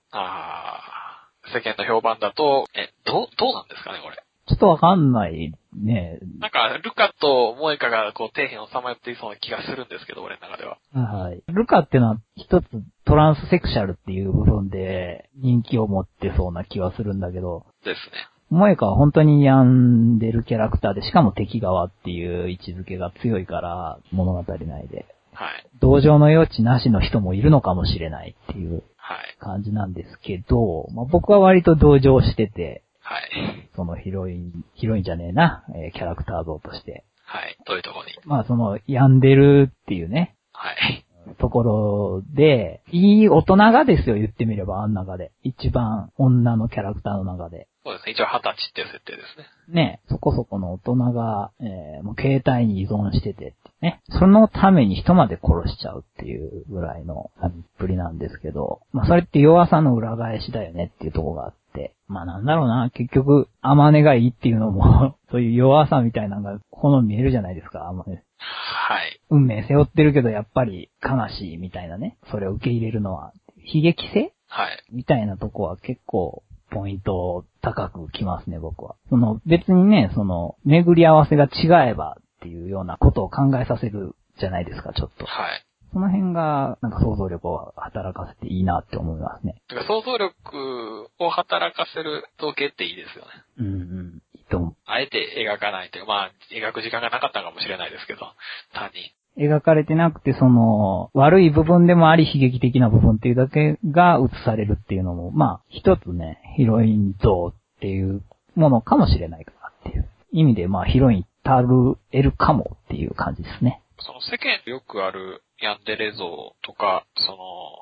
Speaker 2: ああ、世間の評判だと、え、どう、どうなんですかね、これ。
Speaker 1: ちょっとわかんないね。
Speaker 2: なんか、ルカとモエカが、こう、底辺をさまよっていそうな気がするんですけど、俺の中では。
Speaker 1: はい。ルカってのは一つトランスセクシャルっていう部分で人気を持ってそうな気はするんだけど、
Speaker 2: ですね。
Speaker 1: 萌えかは本当に病んでるキャラクターで、しかも敵側っていう位置づけが強いから物語内で。
Speaker 2: はい。
Speaker 1: 同情の余地なしの人もいるのかもしれないっていう
Speaker 2: はい。
Speaker 1: 感じなんですけど、まあ、僕は割と同情してて、
Speaker 2: はい。
Speaker 1: そのヒロイン、ヒロインじゃねえな、えーキャラクター像として。
Speaker 2: はい。どういうとこに
Speaker 1: まあその病んでるっていうね、
Speaker 2: はい。
Speaker 1: ところで、いい大人がですよ、言ってみれば、あん中で。一番女のキャラクターの中で。
Speaker 2: そうですね。一応、二十歳っていう設定ですね。
Speaker 1: ね、そこそこの大人が、えーもう携帯に依存しててってね。そのために人まで殺しちゃうっていうぐらいのあっぷりなんですけど、まあそれって弱さの裏返しだよねっていうところがあって、まあなんだろうな、結局、甘根がいいっていうのも、 (laughs) そういう弱さみたいなのが、この見えるじゃないですか、甘根。
Speaker 2: はい。
Speaker 1: 運命背負ってるけど、やっぱり悲しいみたいなね。それを受け入れるのは、悲劇性
Speaker 2: はい。
Speaker 1: みたいなとこは結構、ポイント高くきますね、僕は。その、別にね、その、巡り合わせが違えばっていうようなことを考えさせるじゃないですか、ちょっと。
Speaker 2: はい。
Speaker 1: その辺が、なんか想像力を働かせていいなって思いますね。
Speaker 2: だから想像力を働かせる造形っていいですよね。
Speaker 1: うんうん。いいと思う。
Speaker 2: あえて描かないという、まあ、描く時間がなかったのかもしれないですけど、単に。
Speaker 1: 描かれてなくて、その、悪い部分でもあり悲劇的な部分っていうだけが映されるっていうのも、まあ、一つね、ヒロイン像っていうものかもしれないかなっていう意味で、まあ、ヒロインたるえるかもっていう感じですね。
Speaker 2: その世間よくあるヤンデレ像とか、その、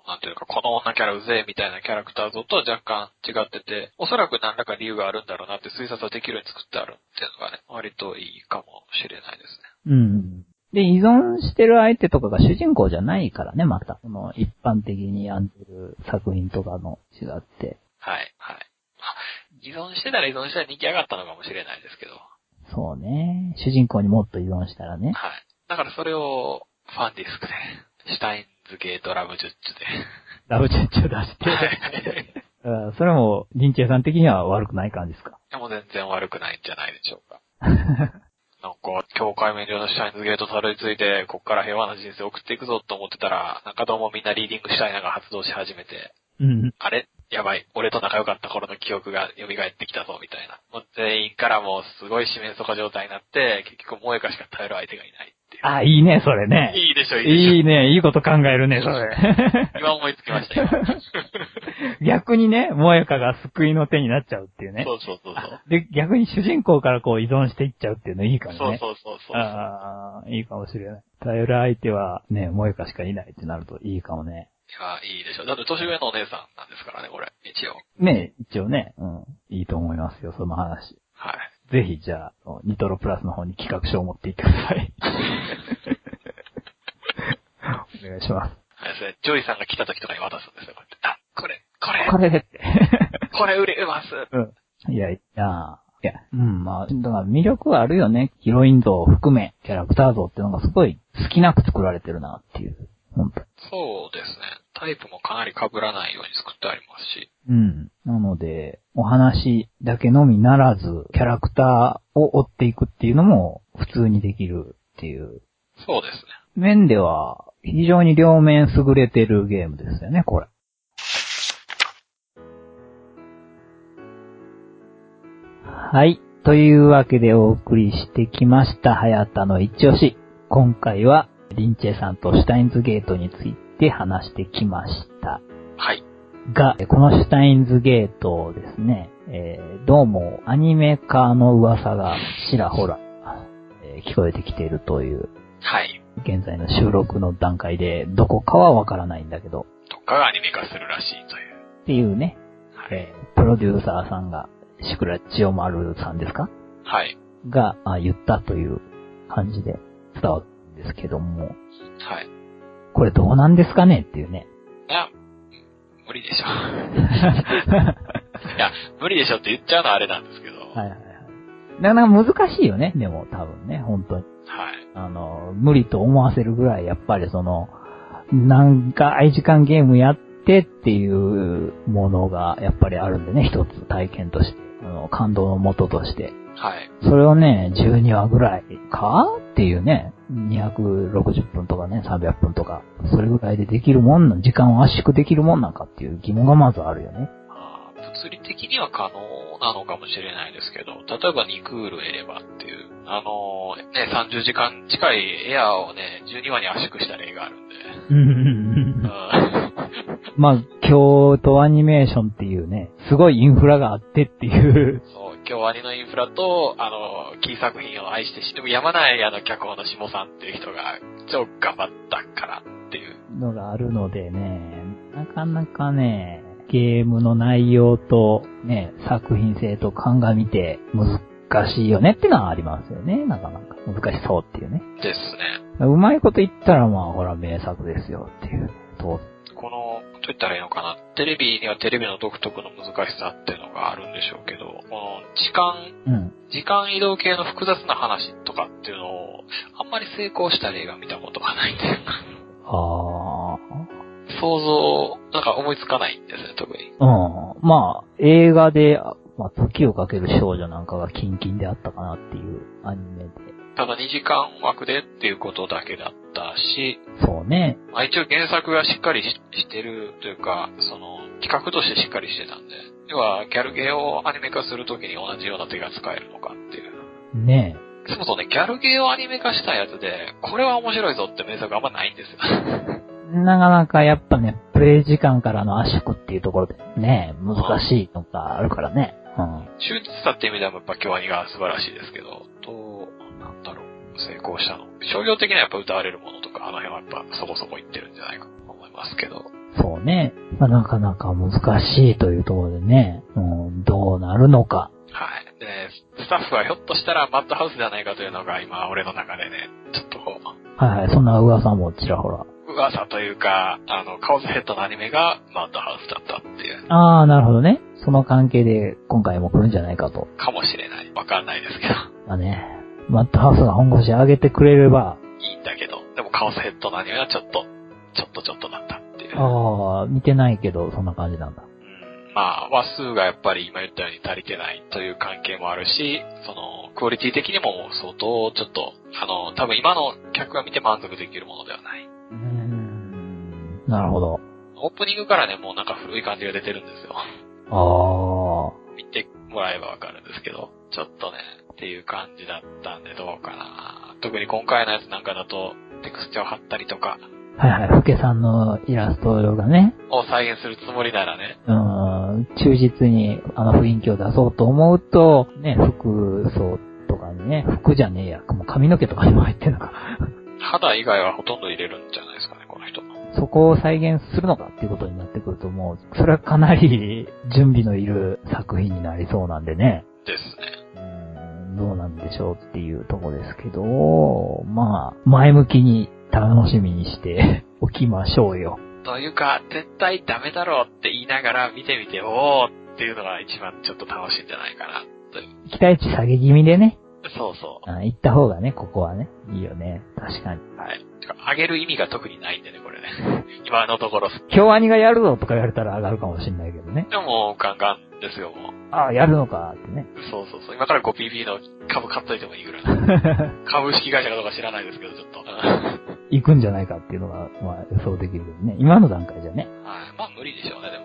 Speaker 2: なんていうか、この女キャラうぜえみたいなキャラクター像とは若干違ってて、おそらく何らか理由があるんだろうなって推察はできるように作ってあるっていうのがね、割といいかもしれないです
Speaker 1: う
Speaker 2: ね。
Speaker 1: ん。で、依存してる相手とかが主人公じゃないからね、また。その、一般的にやんでる作品とかの違って。
Speaker 2: はい、はい。あ依存してたら依存したら人気上がったのかもしれないですけど。
Speaker 1: そうね。主人公にもっと依存したらね。
Speaker 2: はい。だからそれを、ファンディスクで、シュタインズゲートラブジュッチ
Speaker 1: ラブチェッチを出し
Speaker 2: ュ
Speaker 1: (laughs)
Speaker 2: で。はい。い
Speaker 1: て。うんそれも、リンチェさん的には悪くない感じですか。 (laughs)
Speaker 2: やもう全然悪くないんじゃないでしょうか。なんか、境界面上のシュタインズゲートたどり着いて、こっから平和な人生を送っていくぞと思ってたら、なんかどうもみんなリーディングシュタイナーが発動し始めて、
Speaker 1: うん。
Speaker 2: あれやばい。俺と仲良かった頃の記憶が蘇ってきたぞ、みたいな。もう全員からもうすごい四面楚歌状態になって、結局萌えかしか頼る相手がいないっていう。
Speaker 1: あ、いいね、それね。
Speaker 2: いいでしょ、いいでしょ。
Speaker 1: いいね、いいこと考えるね、それ。
Speaker 2: (laughs) 今思いつきましたよ。
Speaker 1: 逆にね、萌やかが救いの手になっちゃうっていうね。
Speaker 2: そうそうそうそう。
Speaker 1: で、逆に主人公からこう依存していっちゃうっていうのいいかもね。
Speaker 2: そうそうそうそう。
Speaker 1: ああ、いいかもしれない。頼る相手はね、萌えかしかいないってなるといいかもね。
Speaker 2: いや、いいでしょ。だって年上のお姉さんなんですからね、これ。一応。
Speaker 1: ね一応ね、うん、いいと思いますよ、その話。
Speaker 2: はい。
Speaker 1: ぜひ、じゃあ、ニトロプラスの方に企画書を持っていってくださ (laughs) い。お願いしま
Speaker 2: あれですね、ジョイさんが来た時とかに渡すんですよ、こうやって。あ、これ、こ
Speaker 1: す。これ
Speaker 2: れ、
Speaker 1: でって。
Speaker 2: これ売れます。
Speaker 1: うん。いや、いや、いや、うん、まあ、だから魅力はあるよね。ヒロイン像を含め、キャラクター像っていうのがすごい少なく作られてるなっていう。本当
Speaker 2: そうですね。タイプもかなり被らないように作ってありますし。
Speaker 1: うん。なので、お話だけのみならず、キャラクターを追っていくっていうのも普通にできるっていう。
Speaker 2: そうですね。
Speaker 1: 面では、非常に両面優れてるゲームですよね、これ。はい。というわけでお送りしてきました、早田の一押し。今回は、リンチェさんとシュタインズゲートについて話してきました。
Speaker 2: はい。
Speaker 1: が、このシュタインズゲートをですね、えーどうもアニメ化の噂がちらほら、えー聞こえてきているという、
Speaker 2: はい。
Speaker 1: 現在の収録の段階でどこかはわからないんだけど、
Speaker 2: どっかがアニメ化するらしいという。
Speaker 1: っていうね、
Speaker 2: はい。
Speaker 1: えープロデューサーさんが、シクラチオマルさんですか
Speaker 2: はい。
Speaker 1: が、あ言ったという感じで伝わるんですけども、
Speaker 2: はい。
Speaker 1: これどうなんですかねっていうね。
Speaker 2: いや、うん無理でしょ。 (laughs) いや、無理でしょって言っちゃうのはあれなんですけど。。
Speaker 1: はいいはいはい。なかなか難しいよね、でも多分ね、本当に。
Speaker 2: はい。
Speaker 1: あの、無理と思わせるぐらい、やっぱりその、長い時間ゲームやってっていうものが、やっぱりあるんでね、一つ体験として、あの、感動の元として。
Speaker 2: はい。
Speaker 1: それをね、12話ぐらいかっていうね、260分とかね、300分とか、それぐらいでできるもんなん、時間を圧縮できるもんなんかっていう疑問がまずあるよね。
Speaker 2: まあ物理的には可能なのかもしれないですけど、例えば2クール得ればっていう、あのーね、30時間近いエアーをね、12話に圧縮した例があるんで。うん (laughs)
Speaker 1: まあ、京都アニメーションっていうね、すごいインフラがあってっていう、
Speaker 2: そう、今日アニのインフラと、あのー、キー作品を愛して知ってもやまないあの、脚本の下さんっていう人が、超頑張ったからっていう。
Speaker 1: のがあるのでね、なかなかね、ゲームの内容とね、作品性と鑑みて難しいよねってのはありますよね、なかなか。難しそうっていうね。
Speaker 2: ですね。
Speaker 1: うまいこと言ったらまあほら名作ですよっていう。と
Speaker 2: この、どう言ったらいいのかな。テレビにはテレビの独特の難しさっていうのがあるんでしょうけど、この時間、
Speaker 1: うん。
Speaker 2: 時間移動系の複雑な話とかっていうのを、あんまり成功した例が見たことがないって (laughs) いうか、
Speaker 1: あ
Speaker 2: 想像、なんか思いつかないんですね、特に。
Speaker 1: あ。うん。まあ、映画で、あまあ、時をかける少女なんかがキンキンであったかなっていうアニメで。
Speaker 2: ただ2時間枠でっていうことだけだったし、
Speaker 1: そうね。
Speaker 2: まあ一応原作がしっかりししてるというか、その、企画としてしっかりしてたんで、要は、ギャルゲーをアニメ化するときに同じような手が使えるのかっていう。
Speaker 1: ね
Speaker 2: そもそもね、ギャルゲーをアニメ化したやつで、これは面白いぞって名作あんまないんですよ。
Speaker 1: なかなかやっぱね、プレイ時間からの圧縮っていうところでね、難しいのがあるからね。うん。
Speaker 2: 忠実さって意味ではやっぱ京アニが素晴らしいですけど、と、なんだろう、成功したの。商業的にはやっぱ歌われるものとか、あの辺はやっぱそこそこいってるんじゃないかと思いますけど。
Speaker 1: そうね。まあ、なかなか難しいというところでね、うん、どうなるのか。
Speaker 2: はい。で、スタッフはひょっとしたらマッドハウスじゃないかというのが今、俺の中でね、ちょっとこう、
Speaker 1: はいはい、そんな噂もちらほら。
Speaker 2: 噂というか、あの、カオスヘッドのアニメがマッドハウスだったっていう、
Speaker 1: ああ、なるほどね。その関係で今回も来るんじゃないかと。
Speaker 2: かもしれない。わかんないですけど。 (laughs)
Speaker 1: まあね、マッドハウスが本腰上げてくれれば、
Speaker 2: いいんだけど、でもカオスヘッドのアニメはちょっと、ちょっとちょっとだったっていう。
Speaker 1: ああ、見てないけど、そんな感じなんだ。
Speaker 2: うんまあ、話数がやっぱり今言ったように足りてないという関係もあるし、その、クオリティ的にも相当ちょっと、あの、多分今の客が見て満足できるものではない。
Speaker 1: うーん、なるほど。
Speaker 2: オープニングからね、もうなんか古い感じが出てるんですよ。
Speaker 1: あ
Speaker 2: 見てもらえばわかるんですけど、ちょっとね、っていう感じだったんでどうかな。特に今回のやつなんかだと、テクスチャーを貼ったりとか、
Speaker 1: あ、はいはい、ふけさんのイラストがね、
Speaker 2: を再現するつもりならね、
Speaker 1: うーん、忠実にあの雰囲気を出そうと思うと、ね、服装とかにね、服じゃねえや、もう髪の毛とかにも入ってんのか。
Speaker 2: 肌以外はほとんど入れるんじゃないですかね、この人。
Speaker 1: そこを再現するのかっていうことになってくるともう、それはかなり準備のいる作品になりそうなんでね。
Speaker 2: ですね。
Speaker 1: うーんどうなんでしょうっていうとこですけど、まあ、前向きに楽しみにして (laughs) おきましょうよ。
Speaker 2: というか、絶対ダメだろうって言いながら見てみて、おーっていうのが一番ちょっと楽しいんじゃないかな。
Speaker 1: 期待値下げ気味でね、
Speaker 2: そうそ
Speaker 1: あ行った方がね、ここはね、いいよね。確かに。
Speaker 2: う。はい。てか上げる意味が特にないんでね、これね。 (laughs) 今のところ。
Speaker 1: 京アニがやるぞとか言われたら上がるかもしんないけどね。
Speaker 2: でももうガンガンですよ、もう。
Speaker 1: ああ、やるのかってね。 (laughs)
Speaker 2: そうそうそう。今から 5PB の株買っといてもいいぐらい。株式会社かどうか知らないですけど、ちょっと。はい。
Speaker 1: 行くんじゃないかっていうのが、まあ予想できるけどね。今の段階じゃね。
Speaker 2: まあ無理でしょうね、で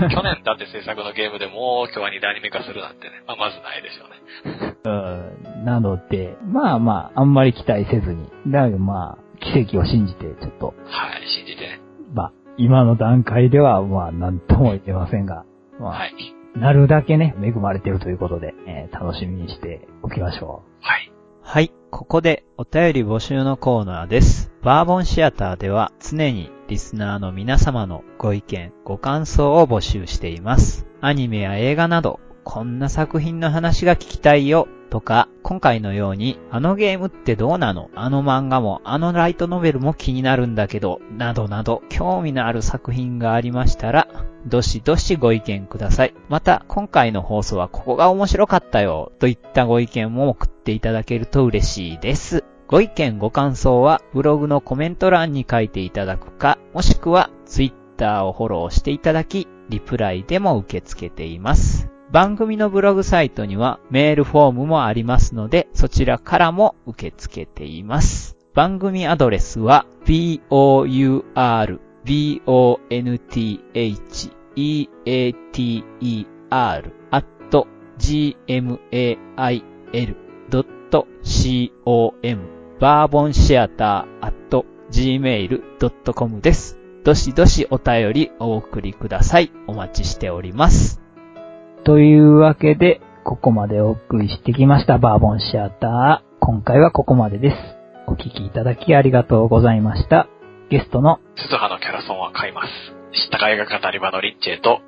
Speaker 2: も
Speaker 1: (laughs)
Speaker 2: ね。去年だって制作のゲームでもう今日は2でアニメ化するなんてね。まあまずないでしょうね。
Speaker 1: うん。なので、まあまあ、あんまり期待せずに。だけどまあ、奇跡を信じて、ちょっと、
Speaker 2: はい、信じてね。
Speaker 1: まあ、今の段階では、まあ、なんとも言えませんが、ま
Speaker 2: は
Speaker 1: あ、
Speaker 2: い。
Speaker 1: なるだけね、恵まれてるということで、えー楽しみにしておきましょう。
Speaker 2: はい。
Speaker 3: はい、ここでお便り募集のコーナーです。バーボンシアターでは常にリスナーの皆様のご意見、ご感想を募集しています。アニメや映画など、こんな作品の話が聞きたいよ、とか、今回のように、あのゲームってどうなのあの漫画も、あのライトノベルも気になるんだけど、などなど、興味のある作品がありましたら、どしどしご意見ください。また、今回の放送はここが面白かったよ、といったご意見も送っていただけると嬉しいです。ご意見ご感想は、ブログのコメント欄に書いていただくか、もしくは、ツイッターをフォローしていただき、リプライでも受け付けています。番組のブログサイトにはメールフォームもありますので、そちらからも受け付けています。番組アドレスは、bor b-o-n-t-h-e-a-t-e-r at gmail.com バーボンシアター at gmail.com です。どしどしお便りお送りください。お待ちしております。
Speaker 1: というわけで、ここまでお送りしてきましたバーボンシアター。今回はここまでです。お聞きいただきありがとうございました。ゲストの、
Speaker 2: 鈴葉のキャラソンは買います。知ったか映画語り場のリッチェと、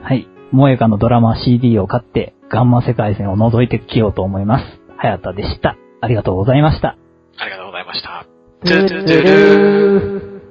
Speaker 1: はい、萌えかのドラマ CD を買って、ガンマ世界線を覗いてきようと思います。はやたでした。ありがとうございました。
Speaker 2: ありがとうございました。
Speaker 1: トゥルルルー